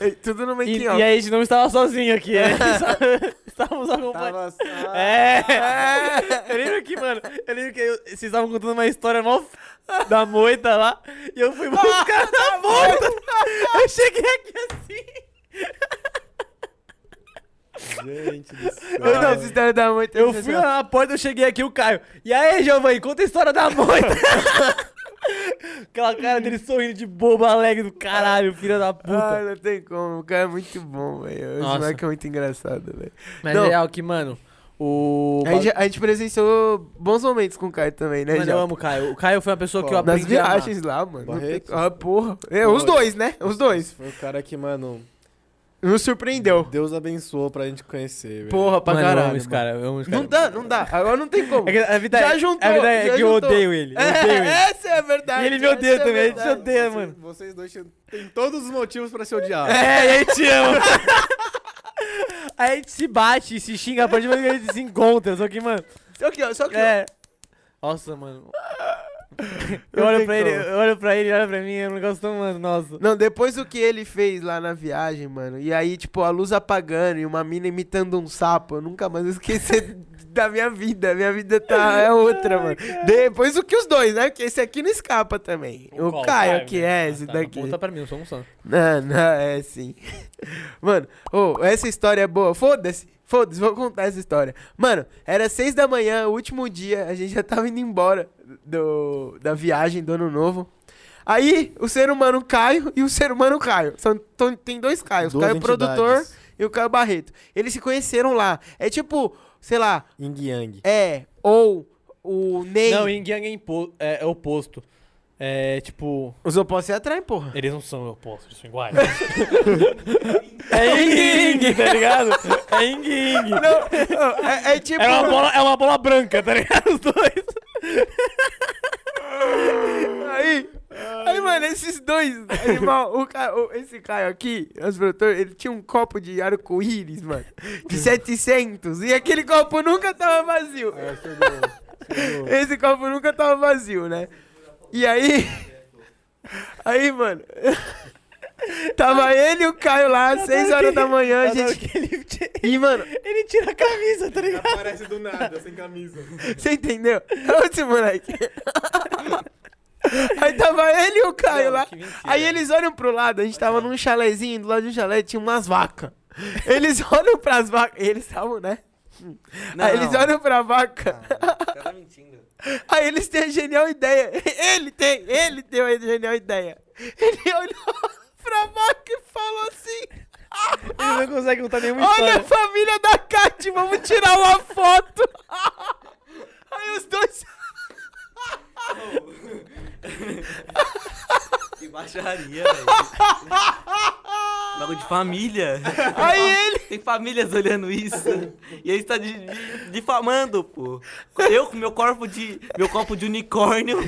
É, Tudo no
E,
making
e
off.
aí a gente não estava sozinho aqui.
<laughs>
É, <laughs> estávamos acompanhados.
Tava só-
É! <laughs> Eu lembro que, mano, eu lembro que eu- vocês estavam contando uma história mó f- da moita lá, e eu fui
<laughs>
buscar a moita! Eu cheguei aqui assim!
Gente <laughs> do céu.
Eu não, essa história dá muito.
Eu fui lá na porta, eu cheguei aqui, o Caio. E aí, Giovanni, conta a história da moita! <laughs> Aquela cara dele sorrindo de bobo alegre do caralho, filha da
Ah,
puta.
não tem como, o cara é muito bom, velho. Esse
Nossa.
moleque é muito engraçado, velho.
Mas
não. É
é real que, mano, o.
A gente, a gente presenciou bons momentos com o Caio também, né,
Mano, eu
Japa?
amo o Caio. O Caio foi uma pessoa que eu
Nas
aprendi a amar.
viagens lá, mano. não tem-
Barreto.
Ah, porra. É, os dois, né? Os dois.
Foi o cara que, mano,
Nos surpreendeu.
Deus abençoou pra gente conhecer, velho.
Porra, pra
Mano, eu amo
caralho.
esse
mano.
cara, eu amo esse cara.
Não dá, não dá. Agora não tem como.
É que a vida
Já
é,
juntou,
a vida é
já
que eu
juntou.
odeio ele. Eu
<laughs>
odeio ele.
É, essa é a verdade.
E ele me odeia
essa é a
também, a gente se
verdade.
odeia,
Vocês-
mano.
Vocês dois têm todos os motivos pra se odiar.
É, e aí te ama. Aí <laughs> a gente se bate, se xinga, a partir do momento que a gente se encontra. Só que, mano,
Só que, ó, só que. ó.
é. Nossa, mano. Eu
Não
olho
tem
pra ele,
como.
eu olho pra ele, ele olha pra mim, eu não gosto tão, mano, nossa.
Não, depois do que ele fez lá na viagem, mano, e aí, tipo, a luz apagando e uma mina imitando um sapo, eu nunca mais vou esquecer <laughs> da minha vida. Minha vida tá, é outra, mano. Depois do que os dois, né? Porque esse aqui não escapa também. O, Caio,
né?
que
Ah,
é esse daqui.
Conta pra mim, eu sou um santo.
Não, não, é sim. <laughs> Mano, ô, essa história é boa. Foda-se, foda-se, vou contar essa história. Mano, era seis da manhã, último dia, a gente já tava indo embora do, da viagem do ano novo. Aí, o ser humano Caio e o ser humano Caio. São, tão- tem dois Caios, é o
Duas
Caio
entidades.
produtor e o Caio Barreto. Eles se conheceram lá. É tipo, sei lá,
Ying Yang.
é, ou o Ney.
Não, Ying Yang é, impo- é, é oposto. É tipo.
Os opostos se atraem, porra.
Eles não são opostos, eles são iguais. <laughs> é Ying Ying, tá ligado? É Ying Ying.
Não, é, <laughs> é tipo.
É uma, bola, é uma bola branca, tá ligado? Os dois.
Aí, aí, mano, esses dois, animal, o Ca- o- esse Caio aqui, os produtor, ele tinha um copo de arco-íris, mano, de 700, e aquele copo nunca tava vazio. Esse copo nunca tava vazio, né? E aí, aí, mano, <laughs> tava ele e o Caio lá, às 6 horas da manhã, a gente...
um Ele, tira-
E, mano,
ele tira a camisa, tá ligado?
Aparece do nada, sem camisa.
Você entendeu? Olha esse moleque. Aí tava ele e o Caio
Não,
lá.
que mentira.
Aí eles olham pro lado, a gente tava num chalezinho, do lado de um chalé tinha umas vacas. Eles <laughs> olham pras vacas. Eles estavam, né?
Ah,
Aí eles olham pra vaca.
O cara tá mentindo.
Ah.
Aí eles têm a genial ideia. Ele tem, ele tem a genial ideia. Ele olhou <laughs> pra vaca e falou assim:
Ele não consegue contar nenhuma
Olha a
história.
família da <laughs>
<laughs>
Kate, vamos tirar uma foto. Aí os dois.
Que
<laughs>
baixaria, velho. Logo de família.
Aí ele! <laughs>
Tem famílias olhando isso. E ele está de, de- difamando, pô. Eu com meu corpo de. meu copo de unicórnio.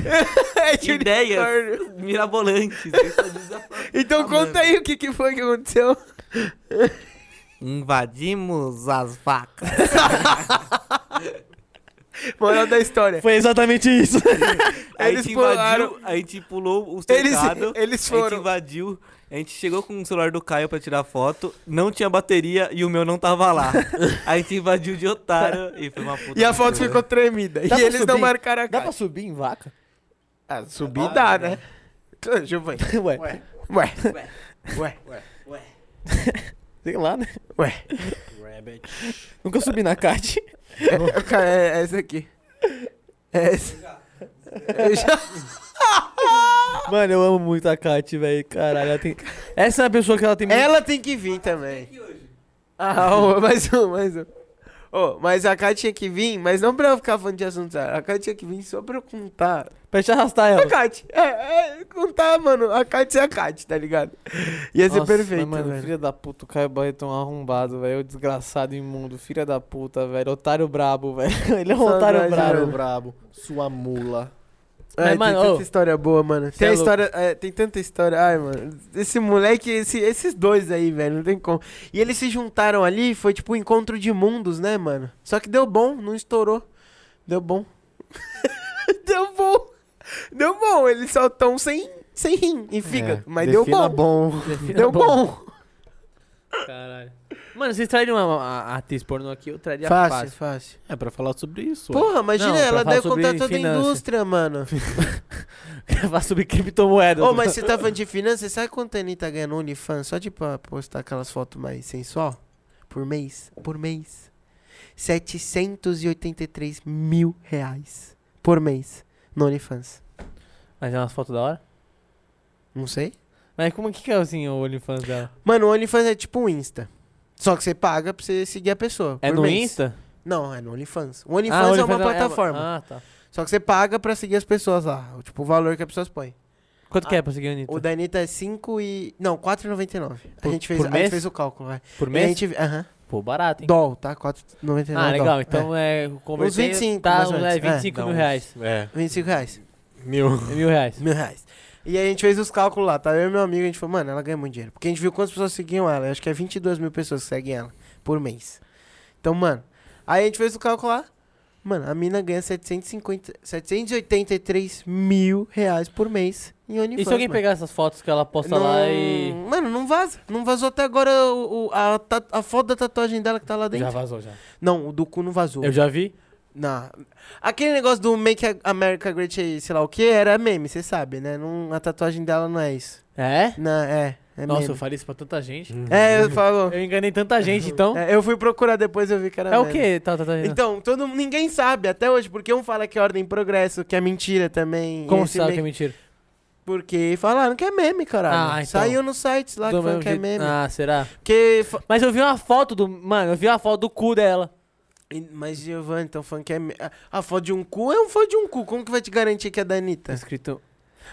É <laughs> de
ideias
unicórnio.
mirabolantes. tá Ele está desafa-
Então conta aí o que, que foi que aconteceu.
Invadimos as vacas.
<laughs> Moral da história.
Foi exatamente isso.
A
Eles
gente
pularam-
invadiu, a gente pulou o
Eles,
cercado.
eles
A gente
foram.
invadiu, a gente chegou com o celular do Caio pra tirar foto, não tinha bateria e o meu não tava lá. a gente invadiu de otário e foi uma puta.
E a foto
aventura.
ficou tremida.
Dá
e
pra
eles não
subir?
marcaram a
Dá pra
cara.
subir em vaca?
Ah, subir dá, né? Tô, Giovanni.
<laughs> Ué,
Ué,
Ué,
ué,
ué.
<laughs> sei lá, né?
ué.
Nunca subi na Cate.
<laughs> É, cara, é essa aqui. É essa. Eu já-
Mano, eu amo muito a Kat, velho. Caralho, ela tem. Essa é uma pessoa que ela tem muito.
Ela tem tá que vir também. Ah, ô, mais um, mais um. Ô, mas a Kai tinha que vir, mas não pra eu ficar falando de assuntos. A Kai tinha que vir só pra eu contar
Pra te arrastar
A
ela.
Kat. É, é, contar, mano. A Kat ser a Kat, tá ligado? Ia ser
Nossa,
perfeito,
mas, mano,
é velho.
filha da puta, o Caio Barretão arrombado, velho. Desgraçado imundo, filha da puta, velho. Otário brabo, velho. <laughs> Ele é um
Saudade,
otário brabo.
velho.
brabo. Sua mula.
Ai,
Mas, mano,
tem tanta
ô,
história boa, mano. Tem, a
é louco.
história, é, tem tanta história. Ai, mano. Esse moleque, esse- esses dois aí, velho, não tem como. E eles se juntaram ali, foi tipo um encontro de mundos, né, mano? Só que deu bom, não estourou. Deu bom. <laughs> deu bom. Deu bom, eles só tão sem, sem rim
É,
e fígado. mas deu bom. Deu bom.
Caralho. Mano, vocês trariam uma, a- a atriz pornô aqui, eu traria
Fácil,
fácil.
fácil.
É pra falar sobre isso.
Porra, imagina,
Não, pra
ela
falar
deve
sobre
contar toda a
finanças.
indústria, mano.
<laughs> Gravar sobre
<laughs>
criptomoedas.
Ô,
<laughs>
mas você tá falando de finanças, sabe quanto a Anitta ganha no OnlyFans só de pra postar aquelas fotos mais sensual? Por mês? Por mês. 783 mil reais por mês no OnlyFans.
Mas é umas fotos da hora?
Não sei.
Mas como que que é assim o OnlyFans dela?
Mano, o OnlyFans é tipo um Insta. Só que você paga pra você seguir a pessoa.
É
por
no
mês.
Insta?
Não, é no OnlyFans. O
Ah,
OnlyFans é uma plataforma.
Ah, tá.
Só que você paga pra seguir as pessoas lá. o- Tipo, o valor que as pessoas põem.
Quanto que é pra seguir a Anitta?
O da Anitta é 5 e. Não, 4,99. A
Por-
gente fez,
por
a gente
mês?
fez o cálculo, vai.
Por
E a
mês?
gente. Aham.
Pô, barato, hein?
Dol, tá? 4,99.
Ah, legal.
dólar.
Então é, convertendo,
25,
tá,
mais ou menos.
é 25
É, dá
mil
uns-
reais.
É.
É, 25 reais.
Meu.
É mil reais.
Mil reais. E aí a gente fez os cálculos lá, tá? Eu e meu amigo, a gente falou, mano, ela ganha muito dinheiro. Porque a gente viu quantas pessoas seguiam ela. Eu acho que é 22 mil pessoas que seguem ela por mês. Então, mano, aí a gente fez o cálculo lá. Mano, a mina ganha 750, 783 mil reais por mês em OnlyFans.
E se alguém
mano.
pegar essas fotos que ela posta
Não-
lá e.
Mano, não vaza. Não vazou até agora o, o- a, ta- a foto da tatuagem dela que tá lá dentro.
Já vazou, já.
Não, o do cu não vazou.
Eu já vi.
Não. Aquele negócio do Make America Great, sei lá o que, era meme, você sabe, né? Não, a tatuagem dela não é isso.
É?
Não, é. é
Nossa, eu
meme.
falei isso pra tanta gente.
É, eu falo.
Eu enganei tanta gente, então.
É, eu fui procurar depois eu vi que era
É o
meme.
que, tá, tá, tá.
Então, todo, mundo- ninguém sabe até hoje, porque um fala que é ordem e progresso, que é mentira também.
Como
esse
você sabe que é
make-
mentira?
Porque falaram que é meme, caralho.
Ah, então.
Saiu nos sites lá que
Do
falam
mesmo
que é
jeito-
meme.
Ah, será?
Porque fa-
Mas eu vi uma foto do. Mano, eu vi uma foto do cu dela.
E- Mas, Giovanni, então falando que é. me- Ah, A foto de um cu é um foto de um cu. Como que vai te garantir que é da Anitta?
Escrito.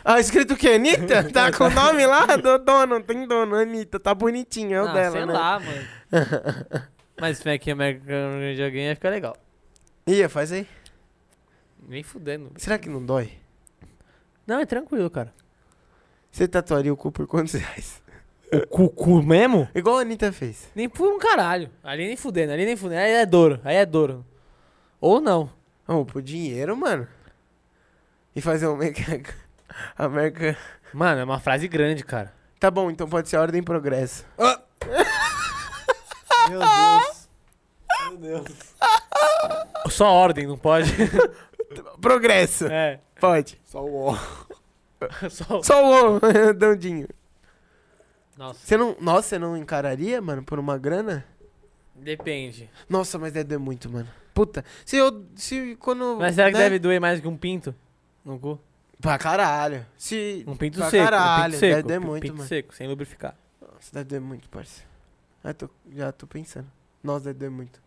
Ah, escrito o quê?
<laughs>
Anitta? Tá com o nome lá? Do dono, tem dono, Anitta. Tá bonitinho, é o
ah,
dela,
sei
né? <laughs>
lá, mano. Mas se aqui American de alguém ia ficar legal.
Ia, faz aí.
Nem fudendo.
Será que não dói?
Não, é tranquilo, cara.
Você tatuaria o cu por quantos reais? <laughs>
O cu mesmo?
Igual a Anitta fez.
Nem por um caralho. Ali nem fudendo, ali nem fudendo. Aí é dor, aí é dor. Ou não.
Não, por dinheiro, mano. E fazer um <laughs> make America.
Mano, é uma frase grande, cara.
Tá bom, então pode ser ordem e progresso.
Meu Deus. Meu Deus.
Só ordem, não pode?
Progresso!
<laughs> é.
Pode.
Só o ó.
<laughs> Só...
Só o <laughs> ovo, Dandinho.
Nossa,
Você não. Nossa, você não encararia, mano, por uma grana?
depende.
Nossa, mas deve doer muito, mano. Puta. Se eu. Se quando.
Mas será que
né?
deve doer mais que um pinto? No cu?
Pra caralho. Se.
Um pinto
Pra
seco. um
caralho,
pinto
deve
seco.
doer
um
muito,
pinto
mano.
seco, sem lubrificar.
Nossa, deve doer muito, parceiro. Já tô, já tô pensando. Nossa, deve doer muito.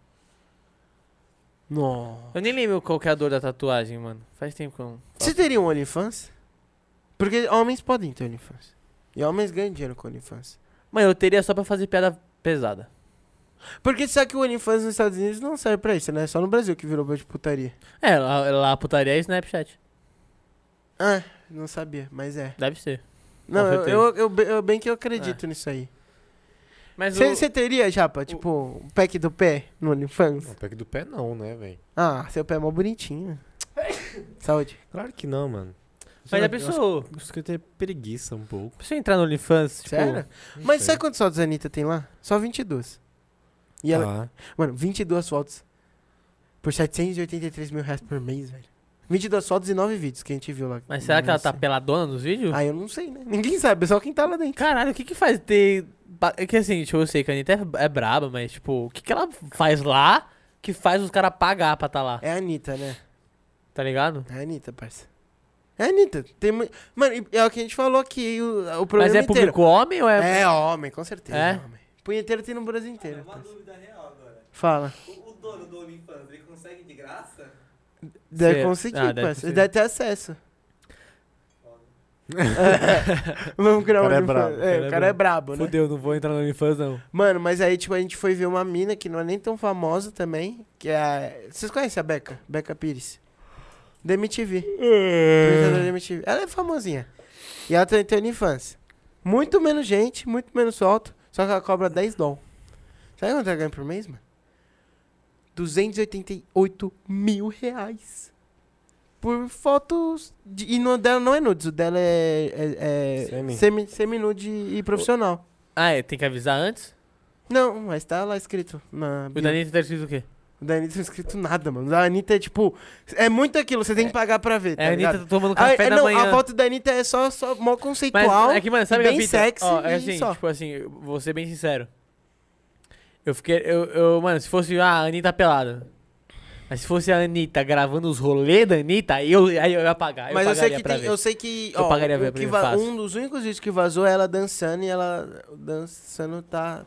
Não.
Eu nem lembro qual que é a dor da tatuagem, mano. Faz tempo que eu não.
Você teria um OnlyFans? Porque homens podem ter OnlyFans. E homens ganham dinheiro com OnlyFans.
Mano, eu teria só pra fazer piada pesada.
Porque só que o OnlyFans nos Estados Unidos não serve pra isso, né? Só no Brasil que virou de putaria.
É, lá, lá a putaria é Snapchat.
Ah, não sabia, mas é.
Deve ser.
Não, eu,
certeza. É.
eu, eu be- eu bem que eu acredito nisso aí.
Mas o...
Você teria, Japa, tipo, um pack do pé no OnlyFans?
O pack do pé não, né, velho?
Ah, seu pé é mó
<coughs>
bonitinho. Saúde.
Claro que não, mano.
Mas
Eu
a pessoa.
acho- Acho que eu tenho preguiça um pouco.
Se eu entrar no OnlyFans, tipo.
Sério?
Não
Mas
sei.
sabe quantas fotos a Anitta tem lá? Só 22. E ela,
Ah,
Tá.
Mano, 22 fotos. Por 783 mil reais por mês, velho. 22 fotos e 9 vídeos que a gente viu lá.
Mas será que ela tá
Nossa.
peladona nos vídeos?
Ah, eu não sei, né? Ninguém sabe, é só quem tá lá dentro.
Caralho, o que que faz ter. ba- É que assim, tipo, eu sei que a Anitta é, é braba, mas tipo, o que que ela faz lá que faz os caras pagar pra tá lá?
É a Anitta, né?
Tá ligado?
É a Anitta, parça. É a Anitta. Tem... mu- Mano, e- é o que a gente falou aqui, o, o
Mas
problema
é
inteiro.
público homem ou é.
É homem, com certeza.
É?
É? homem. Punheteiro tem no Brasil inteiro.
Uma
parça.
dúvida real agora.
Fala.
O, o dono do OnlyFans, ele consegue de graça?
Deve
Cê-
conseguir,
Ah, deve
parça.
conseguir.
Deve ter
<laughs>
acesso. Vamos criar
O
um
cara é
OnlyFans.
brabo,
É, o cara é brabo, né?
Fudeu, não vou entrar no OnlyFans, não.
Mano, mas aí, tipo, a gente foi ver uma mina que não é nem tão famosa também, que é a... Vocês conhecem a Beca? Beca Pires. Da MTV. Apresentadora da MTV. Ela é famosinha. E ela tem tem infância. Muito menos gente, muito menos solto, só que ela cobra 10 dólares. Sabe quanto ela ganha por mês, mano? 288 mil reais. Por fotos... De... E no dela não é nudes, o dela é... é, é
Semi.
semi- Semi-nude e profissional.
Ah, é, tem que avisar antes?
Não, mas tá lá escrito na
O
bio.
da Anitta tá escrito o quê?
O da Anitta não é escrito nada, mano. O da Anitta é tipo. É muito aquilo, você tem que pagar pra ver. Tá
É, a Anitta
ligado?
tá tomando
Ah,
café
é,
da
não,
manhã.
a foto da Anitta é só, só mó
Mas
conceitual.
é que, mano, sabe
e
que a
bem
fita-
sexy
ó, é
e
assim,
só.
tipo assim, eu vou ser bem sincero. Eu fiquei, eu, eu- mano, se fosse ah, a Anitta pelada. Mas se fosse a Anitta gravando os rolês da Anitta, aí eu, aí eu ia pagar. Eu
Mas eu sei
pagaria
que
pra
tem.
ver.
Eu sei que.
Eu
ó,
pagaria
o
pra
que
ver, porque
va-
fácil.
Um dos únicos vídeos que vazou é ela dançando e ela. Dançando tá.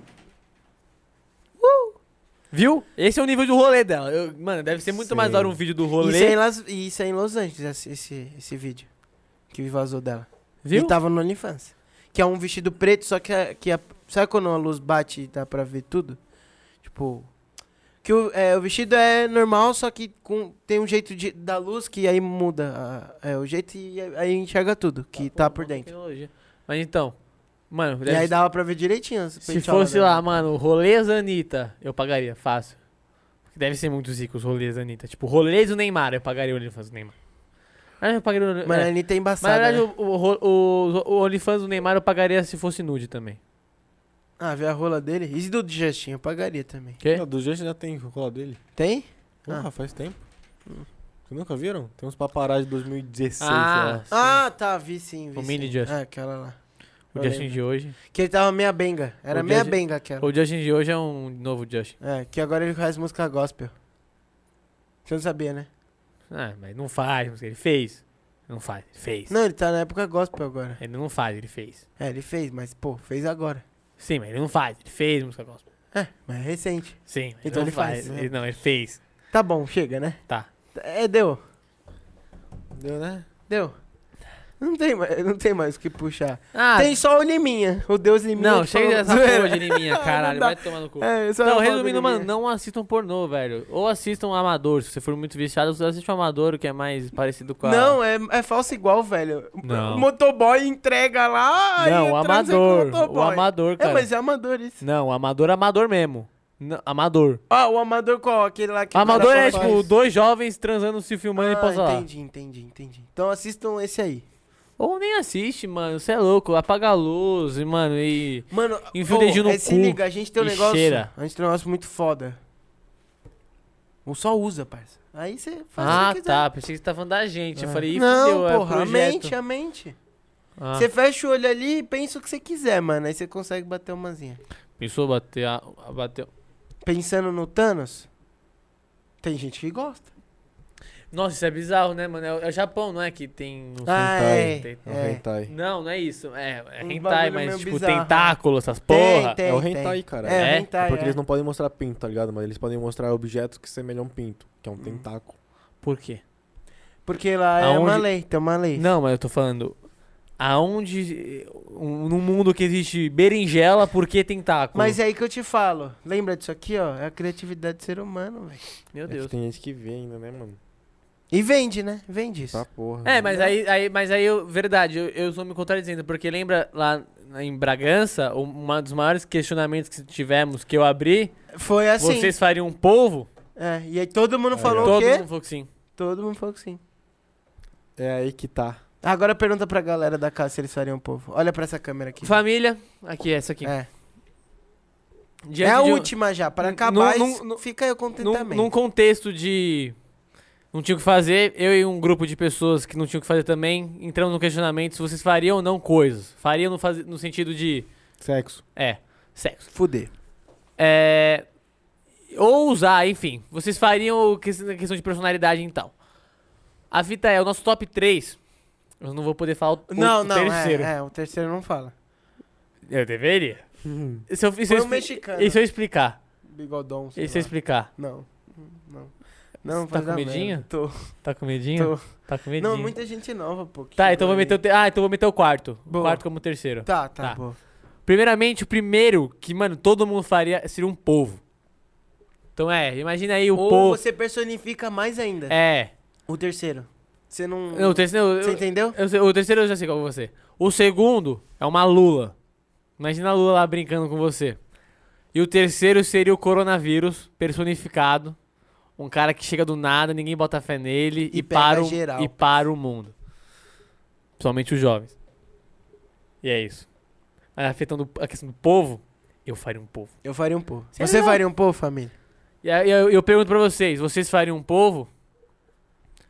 Viu? Esse é o nível do rolê dela. Eu- mano, deve ser muito mais
Sim.
da hora um vídeo do
Isso é, em
rolê.
Las- isso é em Los Angeles, esse, esse, esse vídeo. Que vazou dela.
Viu?
E tava no OnlyFans. Que é um vestido preto, só que a, que a- Sabe quando a luz bate e dá pra ver tudo? Tipo. Que o, é, o vestido é normal, só que com, tem um jeito de, da luz que aí muda a- é, o jeito e aí enxerga tudo que tá, por dentro.
Tecnologia. Mas então, mano,
E
deve
aí
ser-
dava pra ver direitinho. as né?
se
peitolas
fosse
dela.
lá, mano, rolês da Anitta, eu pagaria, fácil. Porque Deve ser muito zico os rolês da Anitta. Tipo, rolês do Neymar, eu pagaria o OnlyFans do Neymar. Mas eu pagaria o Only-
Mano,
é.
a Anitta é
Mas, na
embaçada.
verdade,
né?
o, o, o, o OnlyFans do Neymar eu pagaria se fosse nude também.
Ah, ver a rola dele. E do Justin, eu pagaria também.
Quê?
Não, do jeito já tem o colar dele.
Tem?
Ah.
Porra, faz tempo. Vocês nunca viram? Tem uns paparazzi de 2016 lá.
sim.
Ah, tá, vi sim, vi
O
sim.
mini Justin.
Ah, aquela lá.
o
eu
Justin
lembro.
de hoje.
Que ele tava meia benga. Era
O
meia
Justin-
benga aquela.
O Justin de hoje é um novo Justin.
É, que agora ele faz música gospel. Você não sabia, né?
Ah, mas não faz, mas ele fez. Não faz, ele fez.
Não, ele tá na época gospel agora.
Ele não faz, ele fez.
É, ele fez, mas, pô, fez agora.
Sim, mas ele não faz, ele fez música gospel.
É, mas é recente.
Sim, mas
Então
não
ele faz, né?
Ele, não, ele fez.
Tá bom, chega, né?
Tá.
É, deu.
Ah.
Deu, né?
Deu. Não tem mais, não tem mais o que puxar.
Tá. Ah,
tem só o Liminha, o Deus Liminha.
não,
que falou-
chega dessa
Zoeira.
porra de liminha, caralho.
dá.
Vai tomar no cu.
<laughs> É, eu só
Não,
falo do
resumindo, mano,
Liminha.
não assistam pornô, velho. Ou assistam amador, se você for muito viciado, assiste o amador, que é mais parecido com a...
Não, é, é falso igual, velho.
Não.
O motoboy entrega lá.
Não,
e
o
transa com
amador. O
motoboy.
amador,
É,
cara.
mas é amador isso.
Não, amador, amador mesmo. N- amador.
Ah, o amador qual? Aquele lá que. o cara
amador é
só
tipo
faz-
dois jovens transando, se filmando e
Ah,
pousando lá.
entendi, entendi, entendi. Então assistam esse aí.
Ou nem assiste, mano. Você é louco. Apaga a luz, e, mano, e.
Mano,
Enfia o dedinho no
é, se
cu
liga, a gente tem um
e
negócio.
cheira.
A gente tem um negócio muito foda. Ou só usa, parça. Aí você faz o
ah,
que quiser.
tá. Pensei que você tá falando da gente. Eu falei, ih,
Não,
fudeu, é
porra, a
projeto.
mente, a mente.
Ah,
Você fecha o olho ali e pensa o que você quiser, mano. Aí você consegue bater umazinha.
Pensou bater a. a- Bateu.
Pensando no Thanos, tem gente que gosta.
Nossa, isso é bizarro, né, mano? É o, é o Japão, não é? Que tem. um-
Ah,
hentai.
é,
É o
é.
hentai.
Não, não é isso. É, é
Um
hentai,
bagulho
mas
meio
tipo,
bizarro.
tentáculo, essas
Tem,
porra.
tem,
É o
tem.
hentai, cara.
É,
É?
o hentai.
Porque
é.
eles não podem mostrar pinto, tá ligado? Mas eles podem mostrar objetos que semelham pinto, que é um tentáculo.
Por quê?
Porque lá é uma
Aonde-
lei, tem uma lei.
Não, mas eu tô falando. Aonde. um- Num mundo que existe berinjela, por que tentáculo?
Mas é aí que eu te falo. Lembra disso aqui, ó? É a criatividade do ser humano, velho.
Meu
É que
Deus.
tem gente que vê ainda, né, mano?
E vende, né? Vende isso.
Tá porra.
É, mas aí, aí, mas aí eu, verdade, eu, eu estou me contradizendo, porque lembra lá em Bragança, um um dos maiores questionamentos que tivemos que eu abri,
Foi assim.
vocês fariam um polvo?
É, e aí todo mundo
Aí,
falou
Todo
o quê?
mundo falou que sim.
Todo mundo falou que sim.
É aí que tá.
Agora pergunta pra galera da casa se eles fariam povo. Olha pra essa câmera aqui.
Família, aqui, essa aqui.
É.
Diante
é a
de um-
última já, pra
Num-
acabar,
num-
isso-
num-
fica aí o
num,
contentamento.
num contexto de não tinha o que fazer, eu e um grupo de pessoas que não tinham o que fazer também, entramos no questionamento se vocês fariam ou não coisas. Fariam no, faze- no sentido de,
Sexo.
é, sexo.
Fuder.
É, ou usar, enfim. Vocês fariam que- na questão de personalidade e tal. A fita é o nosso top 3. Eu não vou poder falar o, o-
Não,
o
não,
terceiro.
É, é, o terceiro não fala.
Eu deveria?
Hum.
E se eu, e se
Foi
eu
um
expli-
mexicano.
e se eu explicar?
Bigodão, sei
E se
lá.
eu explicar?
Não. Não. Não,
é Você
faz
tá com
a merda.
medinho?
Tô,
Tá com medinho?
tô.
Tá com medinho.
Não, muita gente nova, pô. que
Tá, então eu vou
doido.
meter o, te- ah, então eu vou meter o quarto. O
Boa.
quarto como terceiro.
Tá, tá,
Tá.
pô.
Primeiramente, o primeiro que, mano, todo mundo faria seria um povo. Então é, imagina aí o
Ou
povo.
você personifica mais ainda.
É.
O terceiro. Você não...
Não, o terceiro. eu-
Você entendeu?
Eu sei- o terceiro eu já sei qual é você. O segundo é uma lula. Imagina a lula lá brincando com você. E o terceiro seria o coronavírus personificado. Um cara que chega do nada, ninguém bota fé nele e,
E pega
para, o,
geral.
e para o mundo. Principalmente os jovens. E é isso. Aí, Afetando a questão do povo, eu faria um povo.
Eu faria um povo.
Sei
Você
lá.
faria um povo, família?
E aí eu, eu pergunto pra vocês, vocês fariam um povo?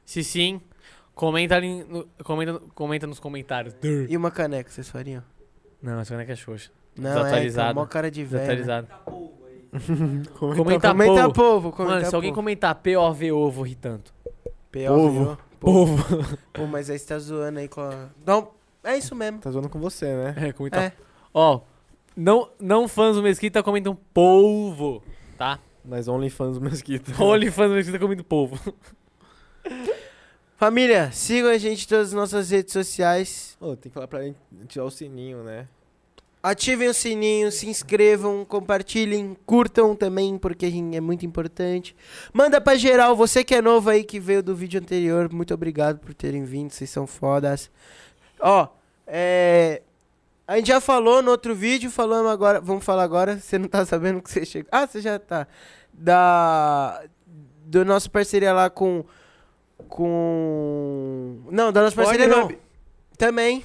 Se sim, comenta, ali no- comenta, comenta nos comentários.
E uma caneca, vocês fariam?
Não, essa caneca é Xuxa.
Não, é, então,
Desatualizado.
mó cara de velho. né?
Desatualizado.
Comenta,
<laughs> Comenta
comenta
povo.
povo, comenta
Mano, se alguém
povo.
comentar POV ovo ri tanto.
P.O.V.O..
Povo.
<laughs> Pô, mas aí você tá zoando aí com a... Não, é isso mesmo.
Tá zoando com você, né?
É, <laughs> comentar.
É.
Ó, não, não fãs do Mesquita comentam polvo, <laughs> tá?
Mas OnlyFans do Mesquita.
Only fãs do Mesquita comentam polvo.
Família, sigam a gente em todas as nossas redes sociais.
Ô, tem que falar pra gente tirar o sininho, né?
Ativem o sininho, se inscrevam, compartilhem, curtam também, porque é muito importante. Manda pra geral, você que é novo aí, que veio do vídeo anterior, muito obrigado por terem vindo, vocês são fodas. Ó, é... A gente já falou no outro vídeo, falamos agora, vamos falar agora, <laughs> você não tá sabendo que você chegou. Ah, você já tá. Da... Do nosso parceria lá com... Com... Não, da nossa parceria não.
Pornhub.
Também.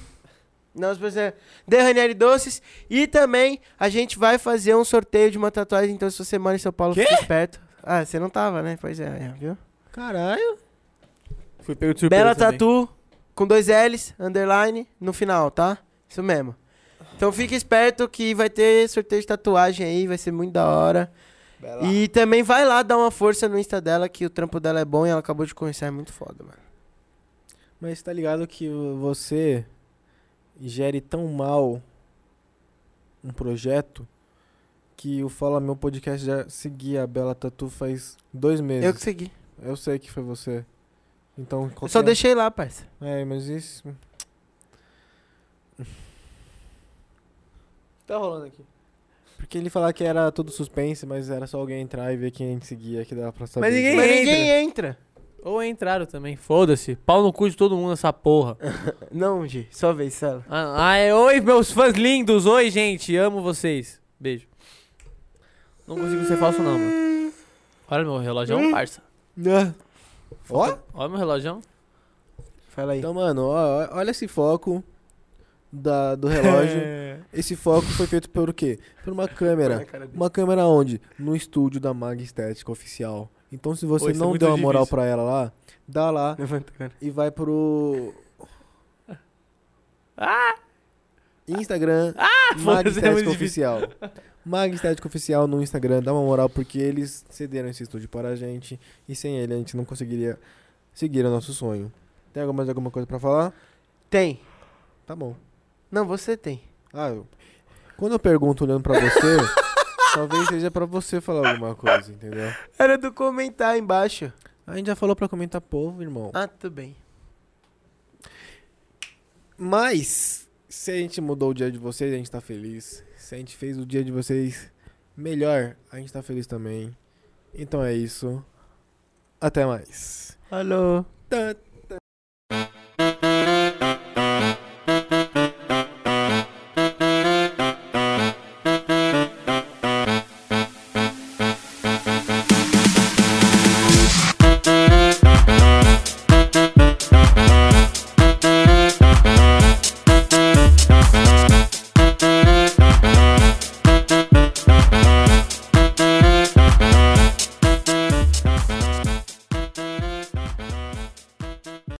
Nossa parceria... The Ranieri Doces. E também a gente vai fazer um sorteio de uma tatuagem, então se você mora em São Paulo,
Quê?
fica esperto. Ah, você não tava, né? Pois é, é, viu?
Caralho.
<laughs> Fui pego de surpresa
Bela
também.
Tatu, com dois L's, underline, no final, tá? Isso mesmo. Então fica esperto que vai ter sorteio de tatuagem aí, vai ser muito da hora. E também vai lá dar uma força no Insta dela, que o trampo dela é bom e ela acabou de conhecer, é muito foda, mano.
Mas tá ligado que você gere tão mal um projeto que o Fala Meu Podcast já seguia a Bela Tatu faz dois meses.
Eu que segui.
Eu sei que foi você. Então,
Eu
qualquer...
só deixei lá, parça.
É, mas isso... Tá rolando aqui. Porque ele falava que era tudo suspense, mas era só alguém entrar e ver quem a gente seguia, que dava pra saber.
Mas ninguém-
Mas
entra.
ninguém entra.
Ou entraram também, foda-se. Pau no cu de todo mundo essa <laughs> porra.
Não, Gi, só vez, Sela.
Ah, ah, é, oi, meus fãs lindos. Oi, gente. Amo vocês. Beijo. Não consigo ser falso, não, mano. Olha meu relógio, é um parça.
Ah. Ó,
Olha meu relógio. é um
Fala aí.
Então, mano, ó, ó, olha esse foco da, do
<laughs>
relógio.
É.
esse foco foi feito por quê? Por uma câmera. Uma câmera onde? No estúdio da Mag Estética Oficial. Então, se você
Pô, isso é
não
muito
deu uma moral
difícil.
pra ela lá, dá lá
Levanta agora.
e vai pro. Instagram Mag
foda-se, é muito
Estética Oficial. Mag Estética Oficial no Instagram, dá uma moral, porque eles cederam esse estúdio para a gente. E sem ele a gente não conseguiria seguiram nosso sonho. Tem alguma- mais alguma coisa pra falar?
Tem.
Tá bom.
Não, você tem.
Ah, eu... Quando eu pergunto olhando pra você, talvez seja pra você falar alguma coisa, entendeu?
Era do comentar embaixo.
A gente já falou pra comentar povo, irmão.
Ah, tudo bem.
Mas, se a gente mudou o dia de vocês, a gente tá feliz. Se a gente fez o dia de vocês melhor, a gente tá feliz também. Então é isso. Até mais.
Alô.
Tan,